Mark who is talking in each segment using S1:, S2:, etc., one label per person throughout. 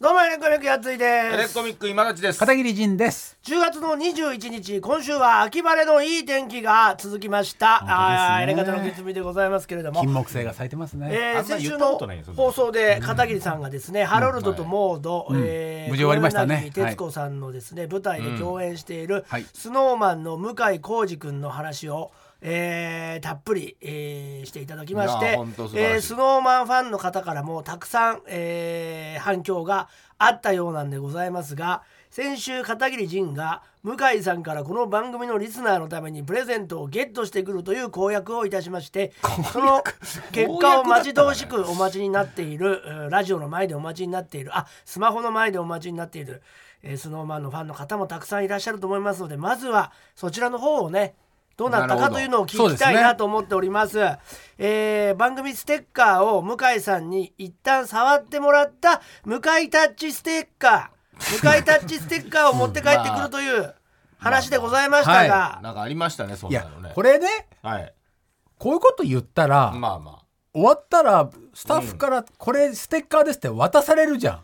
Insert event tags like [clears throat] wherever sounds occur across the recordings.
S1: どうもエレコミックやついで
S2: エレ
S1: す
S2: コミック今立ちです。
S3: 片桐仁です。
S1: 10月の21日今週は秋晴れのいい天気が続きました、
S3: 当ですね
S1: ああーエレカタの月日でございますけれども
S3: 金木犀が咲いてますね。
S1: え
S2: あ
S1: ー、
S2: んま
S1: 先
S2: り言
S1: 週
S2: った
S1: の
S2: ことないよそんな
S1: 放送で片桐さんがですね、ハロルドとモード、えー
S3: 無事終わりましたね
S1: 黒柳徹子さんのですね、舞台で共演している、
S3: はい
S1: スノーマンの向井浩二君の話を、えーたっぷり、えーしていただきまし
S2: い
S1: て
S2: やー本当素晴らしい
S1: えースノーマンファンの方からもたくさん、えー反響があったようなんでございますが先週片桐仁が向井さんからこの番組のリスナーのためにプレゼントをゲットしてくるという公約をいたしましてその結果を待ち遠しくお待ちになっているえーラジオの前でお待ちになっているあスマホの前でお待ちになっている、えー、スノーマンのファンの方もたくさんいらっしゃると思いますのでまずはそちらの方をねどうなった
S2: なる
S1: か
S2: ほど
S1: というのを聞
S3: そう
S1: き
S3: で
S1: た
S3: す
S1: い
S3: ね
S1: なと思っておりますえー番組ステッカーを向井さんに一旦触ってもらった向井タッチステッカー向井タッチステッカーを持って帰ってくると
S2: [laughs]
S1: いう話でございましたが、
S3: は
S2: なんかありましたね、そん
S3: い
S2: な
S3: や
S2: のね。、
S3: これね、
S2: はい。
S3: こういうこと言ったら、
S2: まあまあ。
S3: 終わったら、スタッフから、これステッカーですって渡されるじゃん。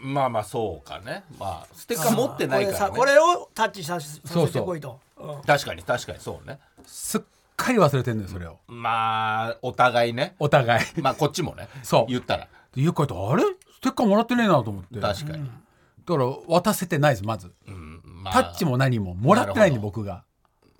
S2: まあまあ、そうかね。まあ、ステッカー持ってないからね。
S1: これさこれをタッチさせさせてこいとうん
S2: 確かに、確かに、そうね。
S3: すっかり忘れてんのよ、それを。
S2: まあ、お互いね。
S3: お互い。
S2: まあ、こっちもね。
S3: そう
S2: 言ったら。
S3: で、家帰って、あれステッカーもらってねえなと思って。だか
S2: 確かに。
S3: ら、渡せてないです、まず。
S2: うんま
S3: タッチも何も、もらってないん
S2: な
S3: で、
S2: るほ
S3: 僕が。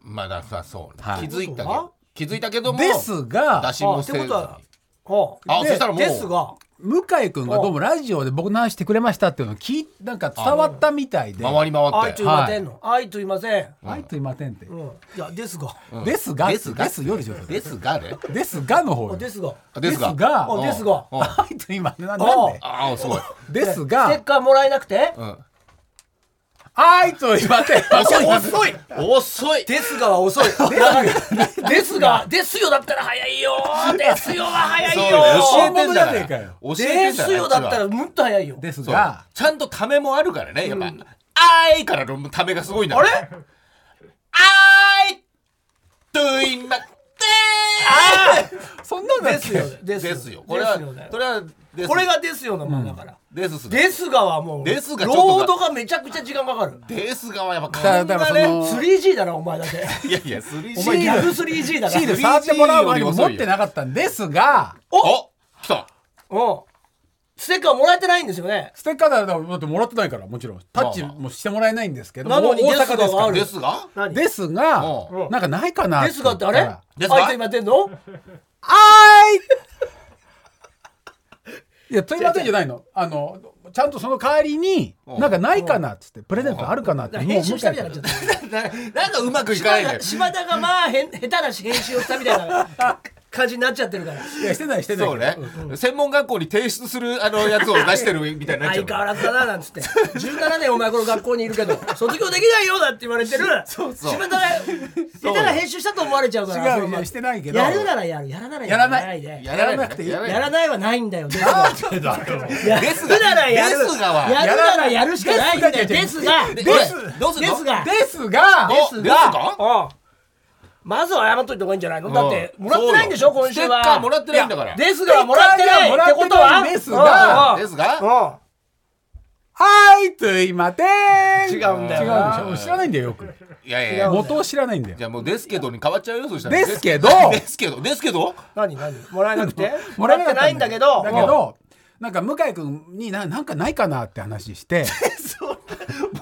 S2: まあ、だからそうね。
S3: は
S2: 気
S3: い
S2: づいたけ
S1: そうは
S2: ど。気づいたけども。
S3: ですが
S2: 出、しもせず
S1: あってこ
S2: に。
S1: とはほう
S2: あ、そ
S3: で
S2: したらもう。
S1: ですが
S3: 向井君がどうもラジオで僕の話してくれましたっていうのを聞い、なんか伝わったみたいで。
S2: 回り
S1: 愛
S2: 回
S1: と
S2: って
S1: 言い。ませんの愛と言いません
S3: はい、といませんって
S1: う。んいやですが
S2: うん
S3: ですが
S2: ですが。
S3: ですよりしょそれ
S2: ですがね。
S3: ですがの方
S1: あ
S3: よ
S1: ですが
S2: あですが。
S3: ですが
S1: あですが
S2: うんうん
S3: [laughs] はいと今ななん
S1: お
S3: で
S2: ああ、すごい。
S3: です
S1: ステッ
S3: が
S1: カーもらえなくて
S2: うん。
S3: はいと今 [laughs] て
S2: 遅い
S1: 遅い
S2: 遅い
S1: ですがは
S2: [laughs]
S1: 遅いですがですよだったら早い
S2: [laughs]
S1: よですよは早いよ
S2: そう
S3: 教えてんじゃないかよ
S2: 教えて
S1: で
S2: んじゃ
S1: す
S2: ない
S1: よだったらもっと早いよ
S3: です
S2: そう
S3: が
S2: ちゃんとためもあるからねやっぱ「あーい」からのためがすごいんだあれあーい」と言いまって
S3: そんな
S2: [laughs]
S3: の
S1: ですよで
S2: ですよこ
S1: こ
S2: れ
S1: れで
S2: は
S1: すよね
S2: これはです
S1: これがですよのもんだから
S2: ですっすね
S1: ですがはもう
S2: ですがちょっと
S1: ロードがめちゃくちゃ時間かかる
S2: ですがはやっぱ
S3: だだからその
S1: 3G だなお
S2: [laughs]
S1: 前だって
S2: いやいやスリー
S1: お
S2: シー
S1: 前ギャグ 3G だな
S3: シール触ってもらう前にも持ってなかったんですが
S2: お来た
S1: うんステッカーもらえてないんですよね
S3: ステッカーだだってもらってないからもちろんタッチもしてもらえないんですけど
S1: なのに
S3: 大阪です
S1: が
S3: か
S1: ある
S2: ですが
S1: 何
S3: ら
S1: で
S3: ですが
S2: うん
S3: なんかないかな
S1: すがってあれあ
S2: で
S1: い
S2: すが
S1: つ今やってんの
S3: はい [laughs] いやと言いませんじゃないのあのちゃんとその代わりに
S2: うん
S3: なんかないかなっつってプレゼントあるかなってもう
S1: 編集したみたいになっちゃっ
S2: なんかうまくいかないんだよ
S1: た島田がまあへん下手なし編集をしたみたいな [laughs] 感じになっちゃってるから
S3: いやしてないしてない
S2: そうね専門学校に提出するあのやつを出してるみたいになっちゃ
S1: 相
S2: う
S1: 変わらずだななんつって17年お前この学校にいるけ
S2: [laughs]
S1: ど卒業できないよだって言われてる
S2: そう
S1: 島田が下手な編集したと思われちゃうから
S3: 違う
S1: そのまま
S3: いやしてないけど
S1: やるならやるやらなら
S3: やらない
S1: でや
S2: や
S3: やらなくていい
S2: やら
S1: ら
S2: ない
S1: ないはないんだよですがや
S2: で
S1: る
S2: すが
S1: ならやる
S2: ですがは
S1: やるな
S3: やらな
S1: ら
S3: い
S1: やるしかないんだよで
S3: です
S1: が
S2: で
S1: です
S2: どうするの
S1: ですが
S3: ですが
S2: お
S1: です
S2: です
S1: が
S2: が
S1: うんまずは謝っといた方がいいんじゃないのだって
S2: うん
S1: もらってないんでしょ
S2: そうよ
S1: 今週は
S2: ステッカーもらってないんだから
S1: ですがもらってないってことは
S3: ステッカーは
S2: ですが
S1: う
S3: はいと言いまてん
S1: んうん違うんだよな
S3: 違うでしょ知らないんだよよく
S2: いやいやいや
S3: 元を知らないんだよ
S2: じゃあもうですけどに変わっちゃうよそしたら
S3: ですけど
S2: ですけどですけど
S1: 何何もらえなくても
S3: も
S1: ら
S3: ら
S1: っ
S3: え
S1: て
S3: かった
S1: ないんだけど
S3: だけどなんか向井君にななんかないかなって話して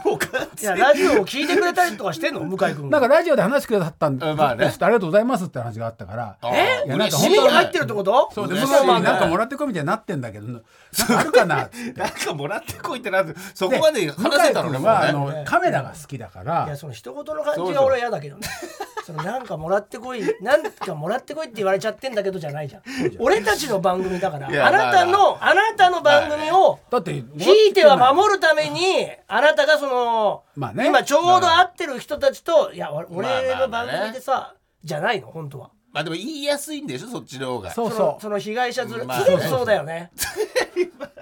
S2: もう完
S1: いやラジオを聞いてくれたりとかしてんの向井君
S3: なん
S1: が
S3: かラジオで話してくださったんで、
S2: うんまあね
S3: ちょっとありがとうございますって話があったから
S2: え
S3: いやなんか
S2: 嬉しい
S1: 耳に入ってるってこと
S3: そうで
S2: 嬉
S3: 向
S2: し
S3: 井
S2: い
S3: 君
S2: ね
S3: になんかもらってこいみたいになってんだけどなんかあるかなっつっ
S2: [laughs]
S3: て
S2: なんかもらってこいってなってそこまで話せたのねも
S3: 向井君はあ
S2: うね
S3: のカメラが好きだか
S1: いや
S3: ら
S1: その一言の感じが俺は嫌だけどね [laughs] そのなんかもらってこいなんかもらってこいって言われちゃってんだけどじゃないじゃん俺たちの番組だから
S2: いや
S1: あなたのあなたの番組を
S3: だって
S1: ひいては守るためにあなたがその、
S3: まあね
S1: 今ちょうど会ってる人たちといや俺
S2: まあまあね
S1: 俺の番組でさじゃないの本当は
S2: まあでも言いやすいんでしょそっちの方が
S3: そう
S1: その
S3: そ
S1: その被害者ずれ
S2: まあ
S1: 常にそうだよね [laughs]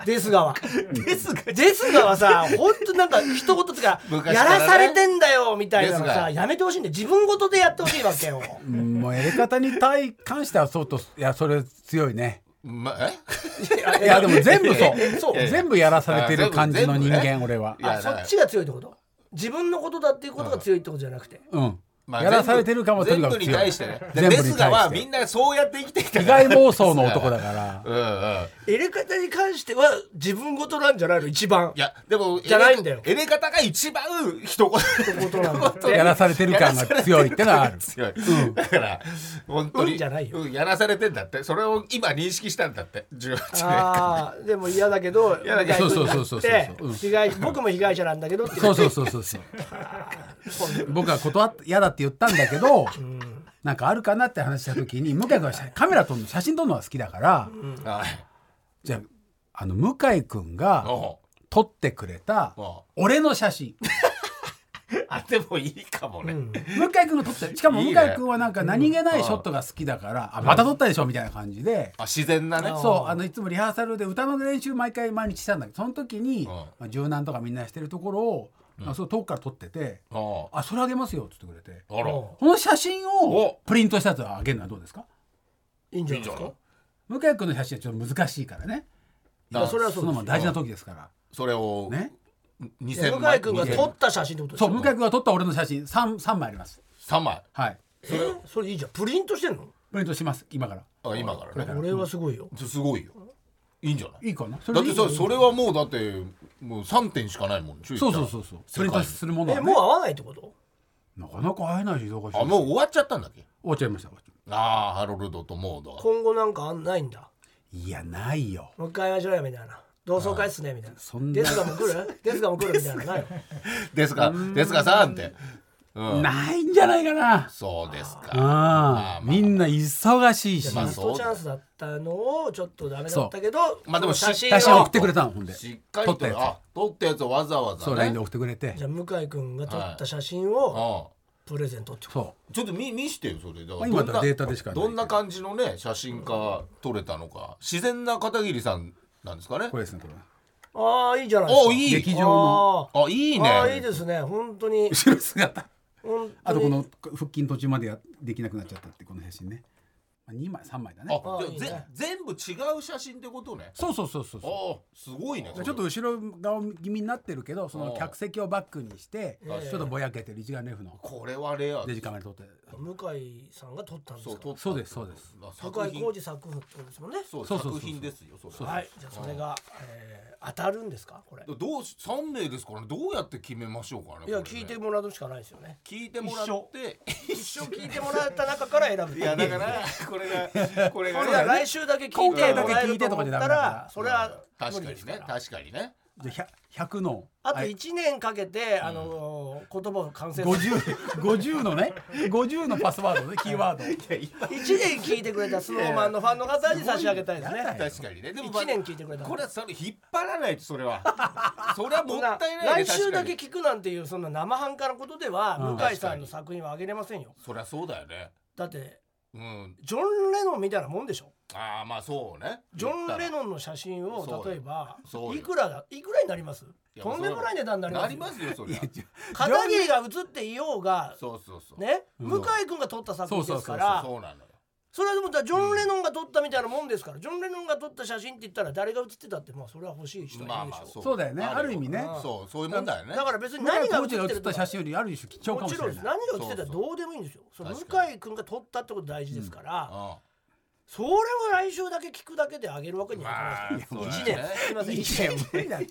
S1: ですがは
S2: ですが
S1: ですがはさ本当なんか一言つか
S2: 昔
S1: や
S2: からね
S1: らされてんだよみたいなの
S2: です
S1: さ
S2: が
S1: やめてほしいんで自分ごとでやってほしいわけよ
S3: うもうやり方に対関してはそうといやそれ強いね
S2: ま、え
S3: いやでも全部そ
S1: え
S3: う
S1: そう
S2: え
S3: 全部やらされてる感じの人
S2: 全部ね
S3: 間俺はい
S2: や
S1: あそっちが強いってこと自分のことだっていうことが強いってことじゃなくて
S3: うん
S2: まあ
S3: やらされてるかもと
S2: 全
S3: にか
S2: 部
S3: く
S2: に
S3: 強い
S2: 対してね。で
S3: 全
S2: で
S3: 部に
S2: すが
S3: 対
S2: は
S3: して
S2: みんなそうやって生きてきた
S3: 被
S2: から
S3: 害妄想の男だから
S2: うんうん。
S1: 入れ方に関しては自分事なんじゃないの一番
S2: いやでも
S1: じゃないんだよ
S2: エレ方が一番一言
S1: 事なんだって
S3: やらされてる感が強いってのはある
S2: [laughs] 強い、だから本当に
S1: うんじゃないよ
S2: うんやらされてんだってそれを今認識したんだって18年
S1: あーでも嫌だけど
S2: 嫌だけ
S3: ど
S1: 向井君
S3: そうそうそうそう
S1: だって
S3: うん
S1: 被害僕も被害者なんだけどって
S3: そうそうそうそうそう僕は断って嫌だって言ったんだけど、なんかあるかなって話した時に向井君は写カメラ撮るの写真撮るのが好きだから、
S2: はい
S3: じゃああの向井君が
S2: も
S3: 撮ってくれた
S2: うも
S3: 俺の写真
S2: うあでもいいかもね、
S3: 向井君が撮ってしかも
S2: い
S3: 向
S2: い
S3: 井
S2: ね
S3: 君はなんか何気ないショットが好きだから、あまた撮ったでしょみたいな感じで。
S2: あ自然なね
S1: あ
S3: そうあのいつもリハーサルで歌の練習毎回毎日したんだけどその時に、
S2: ん
S3: まあ、柔軟とかみんなしてるところを、まあ、そう遠くから撮ってて「
S2: あ
S3: あそれあげますよ」っつってくれて
S2: あら
S1: お
S3: この写真
S2: お
S3: をプリントしたやつをあげるのはどうですか
S1: いいんじゃ
S2: い
S1: ないい
S2: じ
S1: です
S2: ゃん
S1: か
S3: 向井君の写真はちょっと難しいからね
S1: いやそれはそ
S3: そうの
S1: で
S3: ますあ大事な時ですから、
S2: それを
S3: ね
S1: いや
S2: 2000
S1: 向
S2: 枚
S1: 井君が撮った写真ってことでし
S3: そ
S1: ょ
S3: う向井君が撮った俺の写真 3, 三枚あります
S2: 3枚
S3: はい
S1: えそれいいじゃんプリントしてんの
S3: プリントします今から
S2: あ今からね
S1: 俺はすごいよ
S2: すすごいよいいんじゃない
S3: いいかなそ
S2: だっ
S3: でい
S2: て
S3: い
S2: そそれはもうだってもう3点しかないもんそう
S3: そうそうそうそうプリントするもの
S1: え
S3: は、
S1: もう
S3: ね、
S1: 会わないってこと
S3: なかなか会えないしどうかし
S2: あ
S3: ら
S2: もう終わっちゃったんだっけ
S3: 終わっちゃいました終わっちゃいま
S2: ああハロルドとモードが
S1: 今後なんかあんないんだ
S3: したいやないよ
S1: もう一回会話しろよみたいな同窓会っすねみたいな
S3: そんな
S1: ですがもう来るですがもう来るみたいなのないの
S2: ですがですがさんってうん
S3: ないんじゃないかな
S2: そうですか
S3: ああみんな忙しいし
S1: まあ、
S2: まあ
S1: ラス
S2: そう
S1: トチャンスだったのをちょっとダメだったけど
S2: まあでも
S1: その写
S2: し
S3: 写
S1: 真
S3: 真
S1: を
S3: 送ってくれたのほんで
S2: しっかりと
S3: 撮ったやつ
S2: あ撮ったやつをわざわざ
S3: そう
S2: ね
S3: LINE で送ってくれて
S1: じゃあ向井君が撮った写真
S2: うん
S1: をプレゼントってこと
S3: そ
S2: ちょっと見見してよそれだから
S3: まあ今
S2: どん
S3: だった
S2: な
S3: らデータでしかないけど
S2: どんな感じのね写真か撮れたのか自然な片桐さんなんですかね
S3: うこれですねこれ
S1: ああいいじゃないですか
S2: おいい
S3: 劇場の
S1: あ
S2: あいい
S1: ー
S2: ね
S1: あーいいですね本当に
S3: 後ろ姿
S1: 本当
S3: [laughs] あ
S1: に
S3: とこの腹筋途中までやできなくなっちゃったってこの写真ね2枚3枚だね
S2: あ
S1: あ
S2: じ
S1: いいね
S2: ゃあぜ全部違う写真ってことね
S3: そうそうそうそう
S2: あ
S3: そ
S2: あすごいね
S3: うちょっと後ろ顔気味になってるけどその客席をバックにして
S1: ああ
S3: ちょっとぼやけてる一眼レフの
S2: これはレア
S3: デジカメで撮って
S1: 向井さんが撮ったんです
S2: そう
S1: か
S2: 撮った
S3: そうですそうです
S2: まあ
S1: 向
S2: 作
S1: 井
S2: 品
S1: 浩二作品ってことですもんね
S2: そう
S3: そうそうそう
S2: 作品ですよそれ
S1: はいじゃあそれが、えー当たるんですかこれ
S2: どうし3名ですからねどうやって決めましょうかね
S1: いや
S2: これね
S1: 聞いてもらうしかないですよね
S2: 聞いてもらって一緒
S1: [laughs] 聞いてもらった中から選ぶ
S2: いやだからこれ [laughs] がこれ
S1: こ
S2: が
S1: れは来週だけ聞い
S3: 今
S1: て
S3: 回
S1: も
S3: だけ
S1: らえ
S3: 聞
S1: る
S3: い
S1: と
S3: てと
S1: 思
S3: か
S1: っ
S3: じゃダ
S1: た
S3: メだから
S1: らそれは無理
S2: 確か
S1: で
S2: に
S1: すか
S2: ね
S1: ら
S2: 確かにね
S3: じゃあ100の
S1: あと
S3: はい
S1: 1年かけて、あのー言葉を完成する
S3: 50 50のね50のパスワードねキーワード
S1: 1年聞いてくれたスノーマンのファンの方に差し上げたいです [laughs] ね
S2: 確かにねでもまあ
S1: 1年聞いてくれた
S2: これはそれ引っ張らないとそれは
S1: [laughs]
S2: それはもったいないね
S1: 来週だ
S2: 確か
S1: け
S2: に
S1: 聞くなんていうそんな生半可なことでは
S3: うん
S1: 向井さんの作品はあげれませんよ
S2: そりゃそうだよね
S1: だって
S2: うん
S1: ジョン・レノンみたいなもんでしょ
S2: ああまあそうね
S1: ジョン・レ
S2: ン
S1: ノンの写真
S2: そうよ
S1: を例えば
S2: そうよ
S1: いくらだいくらになります
S2: いや
S1: とんでもない値段になります
S2: なりますよそりゃ
S3: [laughs]
S1: 片桐が写っていようが
S2: そうそうそう
S1: ね
S3: うん
S1: 向井君が撮った作品ですか
S3: そう
S1: ら
S2: そうなのよ
S1: それはでもだからジョン・レノンが撮ったみたいなもんですからジョン・レノンが撮った写真って言ったら誰が写ってたってまあそれは欲しい人
S2: ま
S1: は
S2: あ
S1: いる
S2: ま
S1: でし
S2: あ
S1: ょ
S2: そう
S3: そうだよねある意味ね
S1: あ
S2: そうそういうもんだよね
S1: だから別に
S3: 何
S1: 何
S3: が
S1: が
S3: 当時
S1: 写
S3: が
S1: って
S3: 写っ
S1: ると
S3: た
S1: か
S3: 写真よりある種貴重か
S1: も
S3: も
S1: ち
S3: し
S1: ろん
S3: れ
S1: です
S3: ない
S1: 何が写ってたらどうでもいいんですよその
S2: 確かに
S1: 向井君が撮ったってこと大事ですから、
S2: うん
S1: それを来週だけ聞くだけであげるわけに
S2: ま
S1: は
S2: あ
S1: いかないですか
S2: そうだ
S1: ら、
S2: よね
S1: 1年すいません
S3: 一
S1: 1
S3: 年無理だって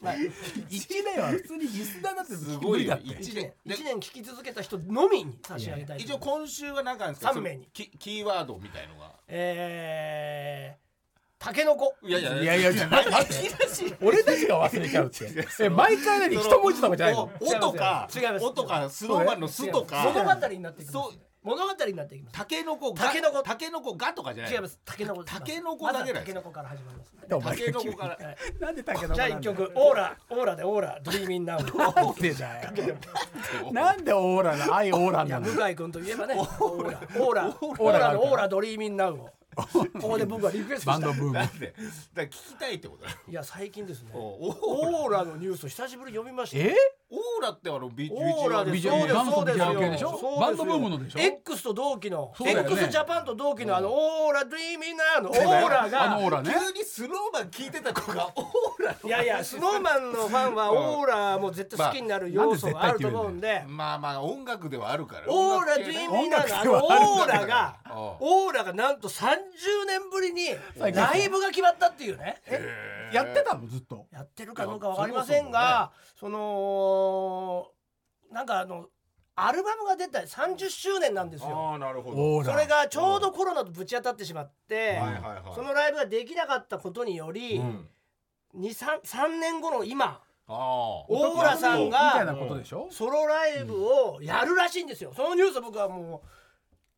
S3: 一年は普通にリスナーだって
S2: すごいよ
S3: だって
S1: 年
S2: 一年で
S1: 一年聞き続けた人のみに差し上げたいと
S2: 一
S1: 思
S2: 応
S1: います
S2: 今週は何かあるんですか
S1: 三名に
S2: そのキキーワードみたいのが
S1: えー、タケノコ
S2: いやい
S3: いやいやちょっと待って俺たちが忘れち
S1: [laughs]
S3: ゃうってえ毎回何一文字とかじゃないの
S2: おとか
S1: 違います
S2: おとかスノーマンのすと
S1: 物
S2: か
S1: 語になっていきま
S2: そ
S1: す
S2: う
S1: 物語になっていきます
S2: タケノコが
S1: タケノコ
S2: タケノコがとかじゃない
S1: 違いますタケノコです
S2: タケノコだけ
S1: まずはタ
S2: なんです
S1: ケノコから始まります
S3: お
S2: タ
S3: 前
S2: ケノコから
S3: [laughs] なんで竹の子
S1: じゃあ
S3: なん
S1: 一
S3: だよ
S1: 曲オーラオーラでオーラドリーミンナウ
S3: なんでだよなんでオーラな愛オーラ
S1: いや
S3: なの
S1: 向井君といえばねオーラオーラオーラのオーラドリーミンナウをここで僕はリクエスト
S3: バン
S1: し
S3: ド
S1: た
S3: ブーム
S2: なんでだから聞
S1: [laughs]
S2: きたいってことだよ
S1: いや最近ですね
S2: お
S1: オーラのニュースを久しぶりに読みました
S3: え
S2: オーラってあのビ
S1: オーラです
S3: ビジ
S1: そう
S3: ュア
S1: で
S3: ル
S1: すそうです
S3: 元祖ビジュアル
S1: よ
S3: 系でし
S1: そうで
S3: ょ
S1: すよ
S3: バンドブームのでしょ
S1: X と同期の、
S3: そうだよね
S1: X ジャパンと同期のあのオーラドリーミーナーのオーラ
S3: あのオ
S1: が
S3: ーラね
S2: 急にスローマン聞いてた子がオーラの
S1: いやいやスノーマンのファンはオーラも絶対好きになる要素があると思うんで
S2: まあまあ音楽ではあるから
S1: オーラドリーミーナーのあのオーラがオーラがなんと30年ぶりにライブが決まったっていうね
S3: やってたのずっと
S1: やってるかどうかわかりませんがそのなんかあのアルバムが出た30周年なんですよ。
S2: あなるほ
S3: オー
S1: そ
S3: ラ
S1: れがちょうどコロナとぶち当たってしまって、
S2: はいはいはい
S1: そのライブができなかったことにより、
S2: ん
S1: 二三 3, 年後の今
S2: ああ
S1: オーラさん
S3: みたいな
S1: が
S3: ことでしょ
S1: ソロライブをやるらしいんですよ、そのニュース僕はもう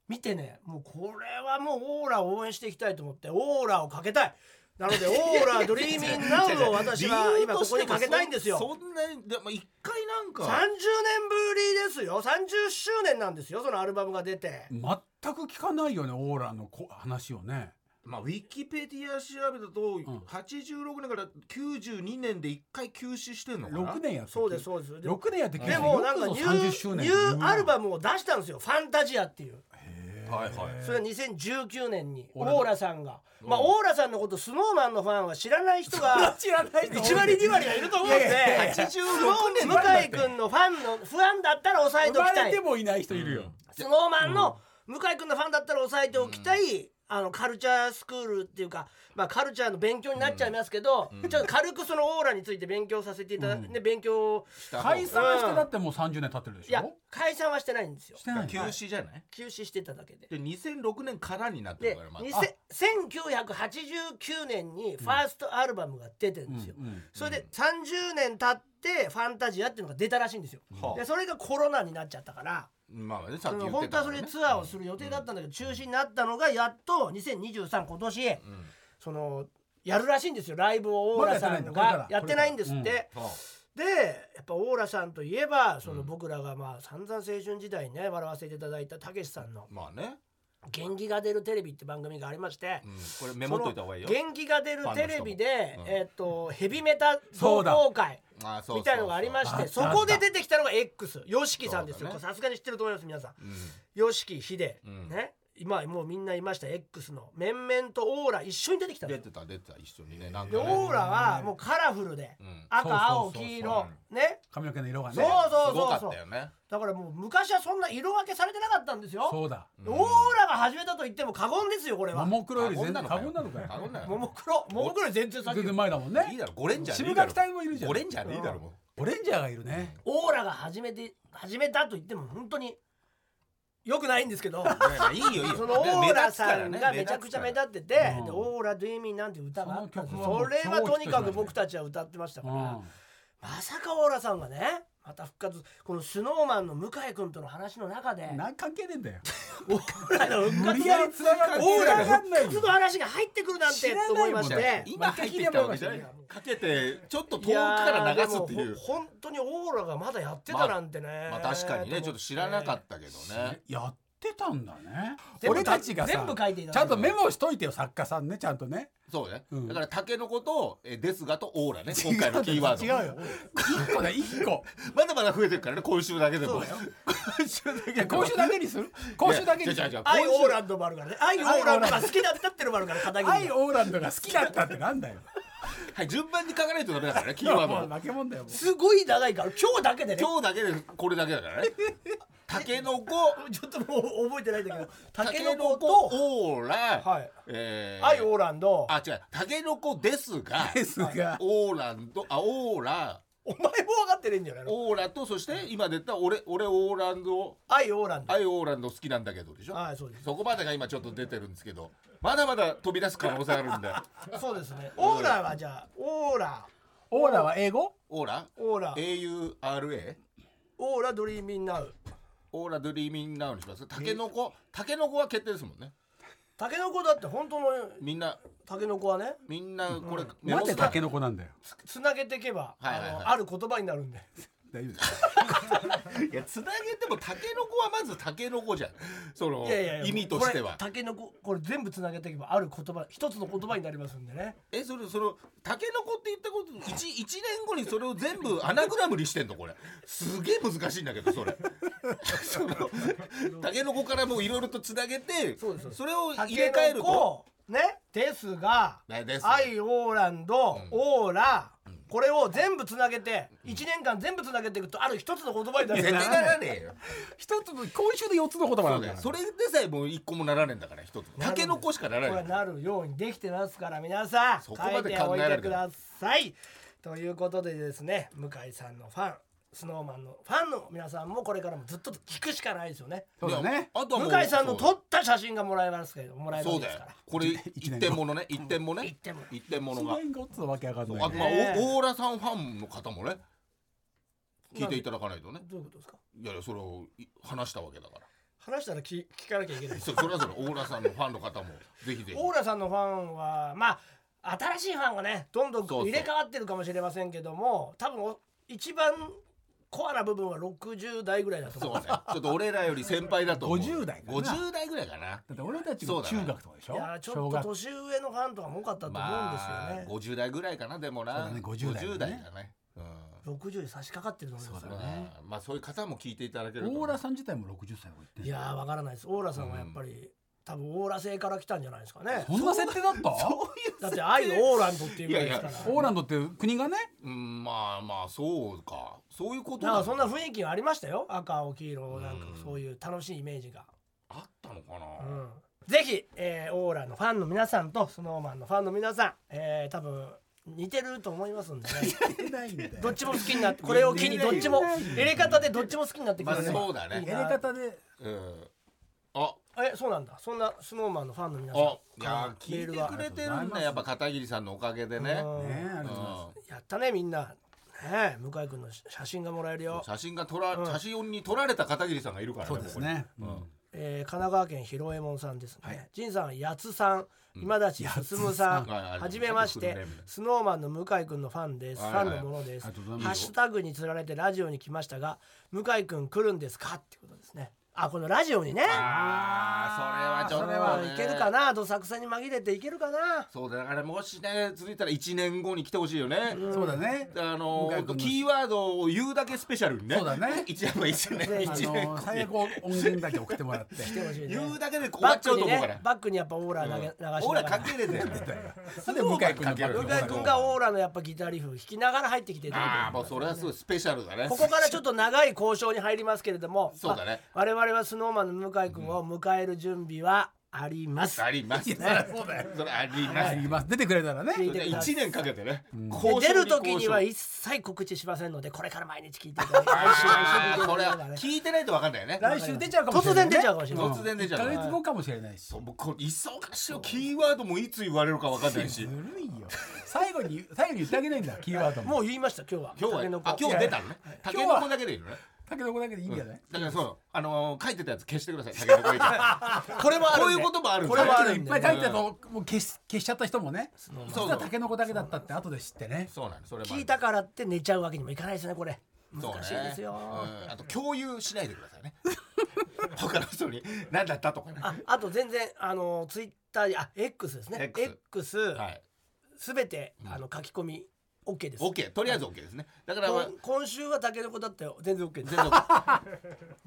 S1: 見てねもうこれはもうオーラを応援していきたいと思ってオーラをかけたいなの
S2: [laughs]
S1: でオーラドリーミングナウを私は今ここにかけたいんですよ
S2: そんなにでも一回なん
S1: 30
S2: か
S1: 年ぶりですよ30周年なんですよそのアルバムが出て。
S3: 全く聞かないよねオーラのこ話をね
S2: まあウィキペディア調べだと86年から92年で一回休止してんのかな
S3: 6年やって
S1: そうですそうですで
S3: 6年やってきて
S1: でもなんかニュー
S3: 30周年
S1: ニューアルバムを出したんですよ「ファンタジア」っていう
S2: はいはい
S1: それが2019年にオ
S3: 俺だ
S1: ーラさんがまあオーラさんのことスノーマンのファンは知らない人
S3: [laughs]
S1: が
S3: 知らない人多い
S1: 1割2割はいると思うんで
S3: いやいやいや
S1: 86年向井君のファンの不安だったら抑えて
S3: 生
S1: おき
S3: ま
S1: た
S3: れ
S1: い
S3: てもいない人いるよ
S1: スノーマンの向井君のファンだったら抑えておきたい、あのカルチャースクールっていうか、まあ、カルチャーの勉強になっちゃいますけど、ちょっと軽くそのオーラについて勉強させていただいて、ね勉強
S3: 解散してだってもう30年経ってるで
S1: い
S3: し
S1: や
S3: ょ
S1: 解散はしてないんですよ
S3: してない
S2: 休止じゃない
S1: 休止してただけで。
S2: で2006年からになってる
S1: で
S2: からまだ
S1: 2000 1989年にファーストアルバムが出てるんですよ、
S3: うんうん
S1: それで30年経って「ファンタジア」っていうのが出たらしいんですよ、
S2: はあ
S1: でそれがコロナになっちゃったから、
S2: まあねさっき言っ
S1: 本
S2: て
S1: 当は
S2: たか
S1: そ
S2: ら
S1: れ
S2: ね
S1: ツアーをする予定だったんだけど中止になったのがやっと2023今年、そのやるらしいんですよライブをオーラさん
S3: まだやってないんだこ
S1: がやってな
S3: れから
S1: いんですって。
S2: はあ
S1: でやっぱオーラさんといえばその僕らがまあ散々青春時代にね笑わせていただいたたけしさんの
S2: まあね
S1: 「元気が出るテレビ」って番組がありまして。
S2: うんこれメモっといた方がいいよ
S1: その元気が出るテレビで、
S2: ファンの人もうん
S1: えっとヘビメタ同好会
S2: あそうそうそう
S1: みたいのがありましてそ
S3: あった
S1: こで出てきたのが X よしきさんですよ
S2: そうだね
S1: さすがに知ってると思います皆さん
S2: うん
S1: よしきひで
S2: うん
S1: ね今もうみんないました X の面々とオーラ一緒に出てきたんで
S2: 出
S1: すよ
S2: てた出てた一緒にねなん
S1: で
S2: か
S1: オ
S2: ね
S1: ーラはもうカラフルで、
S2: ん
S3: そう
S1: 赤青
S3: そうそうそう
S1: 黄色ね
S3: 髪の毛の色が
S1: そう
S3: ね
S1: そ
S2: す
S1: う
S2: ご
S1: そ
S2: か
S1: うそ
S2: っ
S1: う
S2: たよね
S1: だからもう昔はそんな色分けされてなかったんですよ
S3: そうだ
S1: オーラが始めたと言っても過言ですよこれは
S3: も
S1: も
S3: もクロより全然過
S2: 過
S3: 言
S2: 言
S3: な
S2: な
S3: の
S2: の
S3: か
S2: かよ
S3: よ
S1: もクロももクロより全然先
S3: 全然前だもんね
S2: いいだろゴレンジャーでいい
S3: 渋
S2: だろ
S3: 垣隊もいるじゃん
S2: ゴレンジャーでいいだろもう
S3: オレンジャーがいるね
S1: オーラが始めて始めたと言っても本当によくないんですけど
S2: [laughs] いやいいよいいよ
S1: そのオーラさん
S2: ね
S1: がめちゃくちゃ目立ってて「でオーラ・ドゥ・イミン」なんて歌があったんですよ
S3: その
S1: そ
S3: 曲は
S1: れはとにかく僕たちは歌ってました
S3: う
S1: か
S3: ん
S1: ら、まさかオーラさんがねまた復活このスノーマンの向井君との話の中で
S3: なんか関係ねえん
S1: [laughs]
S3: だよ
S1: オーラの復
S3: 無
S1: 活
S3: 理やり繋がって
S1: オーラの
S3: 繋がん
S1: 復
S3: ないよ
S1: 活の話が入ってくるなんてと思いまし
S3: 知らな
S1: て
S3: いもんね
S2: 今入ってきたわけじゃないかけてちょっと遠くから流すってい
S1: やーでも
S2: う
S1: ほ本当にオーラがまだやってたなんてね、
S2: まあ確かにねちょっと知らなかったけどね
S3: やってたんだね
S1: 全部
S3: 俺たちがさ
S1: 全部書いていただいて
S3: ちゃんとメモしといてよ作家さんねちゃんとね
S2: そうね
S3: うん
S2: だからタケノコとえですがとオーラね今回のキーワ
S3: 違う
S2: ー
S3: よ1個だ1個
S2: ドまだまだ増えてるからね今週だけで
S1: そ
S2: も
S1: うだよ
S2: 今週だけでも
S3: 今週だけにする今週だけに
S2: い
S3: す
S2: や違う違う
S3: る
S2: 違う
S1: 愛オーランドもあるからね愛オーランドが好きだったってのもあるから片桐
S3: 愛
S1: が
S3: オーランドが好きだったってなんだよ
S2: はい順番に書かないとダメだからねキ
S3: い
S2: ー
S3: や
S2: ワ
S3: も
S2: ー
S3: う
S2: ドを
S3: 負けもんだよもう
S1: すごい長いから今日だけでね
S2: 今日だけでこれだけだ
S1: [laughs]
S2: からねタケノコ
S1: ちょっともう覚えてないんだけど [laughs] タ
S2: タ
S1: ケ
S2: ケ
S1: ノ
S2: ノ
S1: コ
S2: コ
S1: と
S2: とオーラ、
S1: はい
S2: えー
S1: 愛オーランド
S2: あ違うタケノコですが
S3: ですが
S2: オーランドあオーラ
S1: お前も分かってねえんじゃないの
S2: オーラとそして今出た俺俺オーランド
S1: 愛オーランド
S2: アイオーランド好きなんだけどでしょ
S1: はいそうです
S2: そこまでが今ちょっと出てるんですけどまだまだ飛び出す可能性ある
S1: [laughs]
S2: んで
S1: そうですねオーラはじゃあオーラ
S3: オーラは英語
S2: オーラ
S1: オーラ
S2: AURA
S1: オーラドリーミンナウ
S2: オーラドリーミングナウにしますタケノコタケノコは決定ですもんね
S1: タケノコだって本当の
S2: みんな
S1: タケノコはね
S2: みんなこれ、
S3: なんで
S2: た
S3: タケノコなんだよ
S1: つつなげていけば、
S2: はいはいはい
S1: あのある言葉になるんで
S3: 大丈夫です
S2: いやつなげてもタケノコはまずタケノコじゃんその
S1: いやいやいや
S2: 意味として
S1: これ
S2: は
S1: タケノコこれ全部つなげていけばある言葉一つの言葉になりますんでね
S2: えそれそのタケノコって言ったこと一一年後にそれを全部アナグラムにしてんのこれすげえ難しいんだけど
S1: [laughs]
S2: それそのタケノコからもういろいろとつなげて
S1: そうですそうです
S2: れを
S1: タ
S2: 入れ
S1: ケ
S2: 替える
S1: ノ
S2: と
S1: コねですが
S2: ねです
S1: アイオーランド、オーラこれを全部つなげて、一1年間全部つなげていくとある一つの言葉になる
S2: 絶対ならねえよ
S3: 一つの今週で四つの言葉なんだから
S2: それでさえもう一個もならねえんだから一つタケノコしかなら
S1: こ
S2: な
S1: れ
S2: い
S1: なるようにできてますから皆さん
S2: そ
S1: 書
S2: こま
S1: い
S2: で
S1: て
S2: 考
S1: お
S2: え
S1: い
S2: られ
S1: て
S2: る
S1: くださいということでですね向井さんのファンスノーマンのファンの皆さんもこれからもずっと聞くしかないですよね
S3: そうだね
S2: あとはも
S1: 向
S2: う
S1: 井さんの
S2: そう
S1: 撮った写真がもらえますけどもらえる
S2: そ
S1: ん
S2: う
S1: で
S2: だ
S1: す
S2: よ
S1: から
S2: これ
S3: 一
S2: 一
S3: 年
S2: 点ものね一点もね
S1: 一点物
S2: 一点も
S3: そ
S2: の
S3: の
S2: が
S3: 辺がつわけわかんない
S2: あとまあ、
S1: ねえ
S2: おオーラさんファンの方もね聞いていただかないとね
S1: どういうことですか
S2: いやいやそれをい話したわけだから
S1: 話したら聞聞かなきゃいけない
S2: そそれはそれオーラさんのファンの方もぜひぜひ
S1: オーラさんのファンはまあ新しいファンがねどんどん
S2: そうそう
S1: 入れ替わってるかもしれませんけども多分お一番コアな部分は60代ぐらいだと
S2: そ
S1: 思
S2: う
S1: う
S2: ねちょっと俺らより先輩だと思う
S3: 50代かな
S2: 50代ぐらいかな
S3: だって俺たち
S2: そ
S3: が
S2: うだね
S3: 中学とかでしょ
S1: いやちょ
S3: 小
S1: っと
S3: 学
S1: 年上のファンとかも多かったと思うんですよね、
S2: まあ50代ぐらいかなでもな、
S3: そうだね50代ね
S2: 50代だねうん
S1: 60に差し掛かってると思いますよ
S3: そうだね
S2: まあまあそういう方も聞いていただけると
S3: オーラさん自体も60歳の子言って
S1: い
S3: る
S1: やーわからないですオーラさんはやっぱり、多分オーラ星から来たんじゃないですかね
S3: そんな設定だった
S1: だって愛のオーランドっていうぐらいですから
S2: いやい
S3: オーランドって国がね
S2: うんまあまあそうかそういうこと
S1: なんかそんな
S2: の
S1: 雰囲気がありましたよ赤青黄色なんかそういう楽しいイメージが、
S2: あったのかな、
S1: うん、ぜひ、えーオーラのファンの皆さんとスノーマンのファンの皆さん、えー多分似てると思いますんで、
S2: [laughs]
S1: ね、
S3: ないんだ
S1: どっちも好きになってこれを機にどっちも入れ方でどっちも好きになってく
S2: まあ
S1: ださい
S2: そうだね
S1: いい
S3: やり
S1: な
S3: 方で
S2: うんあ
S1: えそうなんだそんなスノーマンのファンの皆さん
S2: あい
S1: から
S2: や聞い
S1: メ
S2: て
S1: ール
S2: く
S1: が
S2: れてるんだやっぱ片桐さんのおかげでね
S1: うん
S3: ねありがとうございます
S2: う
S1: やったねみんな。ねえ向井君の写真がもらえるよ
S2: ん。写真が撮ら写真に撮られた片桐さんがいるからね
S3: そうですね
S2: ここにうん
S1: えー、神奈川県広右衛門さんですね。仁、さん、八津さん、今立進さん、
S2: はいはい
S1: はじめまし
S2: フルネ
S1: て
S2: ームで、
S1: スノーマンの向井君のファンです。
S2: は
S1: フ
S2: いはい
S1: ァンのものです。ハ
S3: ありがとうございます
S1: ッシュタグにつられてラジオに来ましたが、向井君来るんですかってことですね。あ、このラジオにね。
S2: ああそれはちょっと
S1: こ
S2: ね
S1: れはいけるかな、どさくさに紛れていけるかな。
S2: そうだだからもしね続いたら1年後に来てほしいよね
S3: そうだね
S2: あの
S3: 向井君の
S2: キーワードを言うだけスペシャルにね
S3: そうだね
S2: [laughs] 1年後1年
S3: あ
S2: 一年
S3: の
S2: [laughs] 後
S3: 最悪音源だけ送ってもらって
S1: 来てほしいね。
S2: 言うだけで終わ
S1: バッ
S2: っちゃ
S1: ク
S2: うと
S1: に
S2: 思うか
S1: ね
S2: ら、
S1: バックにやっぱオーラ投げ、流しながら。
S2: オーラかけ
S3: [laughs]
S2: れてる
S3: なんで向井君のバッ
S1: 向
S3: ク
S1: 井
S3: に流
S1: 君がオーラのやっぱギターリフ弾きながら入ってきていただける
S2: ああもうそれはすごいスペシャルだね
S1: ここからちょっと長い交渉に入りますけれども、
S2: そうだね
S1: まあ我々はスノーマンの向井君を迎える準備はあります。
S2: ありますねそうだよそれありま
S3: あ
S2: す
S3: ります出てくれたらね
S1: 聞いてください
S2: 1年かけてね、
S1: で
S2: 交渉
S1: 出
S2: に
S1: る時には
S2: 交
S1: 一
S2: 渉
S1: 切告知しませんので、これから毎日聞いていただき毎週
S2: あ
S1: 毎
S2: あ
S1: 週
S2: これ
S1: 聞いていただきながら
S2: は
S1: ね
S2: 聞いてないと分かんないよね
S3: 来週出ちゃうかもしれない
S1: [laughs]
S3: ね
S1: 突然出ちゃうかもしれない
S2: 突然出ちゃう
S3: 1ヶ月後かもしれないし
S2: そうもうこれ忙しいよキーワードもいつ言われるか分かんないし
S3: ずるいよ最後に最後に言ってあげないんだキーワードも
S1: もう言いました今日は。
S2: 今日は
S1: タケノコ
S2: あ今日出たのねタケノコだけでいいのね
S3: タケノコだけでいいんじゃない
S2: だからそうあのー書いてたやつ消してくださいタケノコ以外
S1: これもあるんで
S2: こういうこともあるんだ
S1: これもある
S3: い
S1: ん
S3: っ
S1: で
S3: ぱい書いてたともう消し消しちゃった人もねそ
S2: そう
S3: したらタケノコだけだったって後で知ってね
S2: そうなのそれもある
S1: 聞いたからって寝ちゃうわけにもいかないですねこれ。
S2: そうね
S1: 難しいですよ。
S2: うんあと共有しないでくださいね [laughs] 他の人に何だったとかね
S1: ああと全然あのツイッターあ X ですね
S2: X
S1: X
S2: はい
S1: すべてあの書き込み OK です。
S2: OK とりあえず OK ですねだからまあ
S1: こん今週はタケノコだったよ全然 OK で
S2: 全
S1: す
S2: 然 OK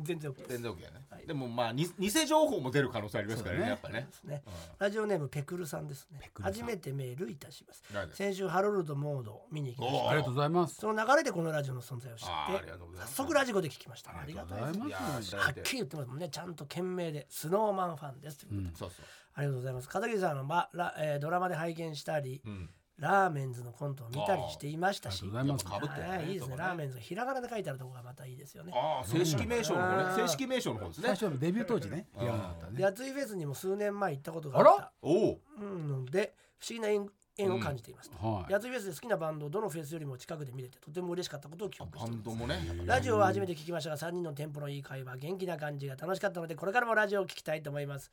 S1: 全然 OK で
S2: 全然 OK だねでもまあに偽情報も出る可能性ありますから
S3: そ
S2: ね
S3: うだね
S2: やっぱね
S1: すね、ラジオネームペクルさんですね
S3: クルさん
S1: 初めてメールいたします
S2: なぜ
S1: 先週ハロルドモードを見に行きまし
S2: お
S1: た
S2: ー
S3: ありがとうございます
S1: その流れでこのラジオの存在を知って
S2: あーありがとうござ
S1: 早
S2: います
S1: 速ラジコで聞きましたありがとうございます
S2: いやー知ら
S1: は
S2: れ
S1: ってきり言ってますもんねちゃんと件名でスノーマンファンですということで、
S2: そうそう
S1: ありがとうございます片桐さんはラ、えードラマで拝見したり、
S2: ん
S1: ラーメンズのコントを見たりしていましたし
S3: あーありがとう
S2: かぶ
S3: ございます
S2: って
S1: はいいいですねラー
S2: ン
S1: メンズがひらがなで書いてあるところがまたいいですよね
S2: ああ正式名称の方
S1: う
S2: ね
S1: ん
S2: 正式名称の方です
S3: 最
S2: ね
S3: 初のデビュー当時ねいやなかったね
S1: でやついフェスにも数年前行ったことが
S3: あ
S1: あった
S3: ら
S2: おお
S1: うん、で不思議な縁縁を感じていますと、
S3: はい
S1: やつフェスで好きなバンドをどのフェスよりも近くで見れてとても嬉しかったことを記憶
S2: バ
S1: してい
S2: ン
S1: ます
S2: ドもね
S1: ラジオは初めて聞きましたが3人のテンポのいい会話元気な感じが楽しかったのでこれからもラジオを聞きたいと思います、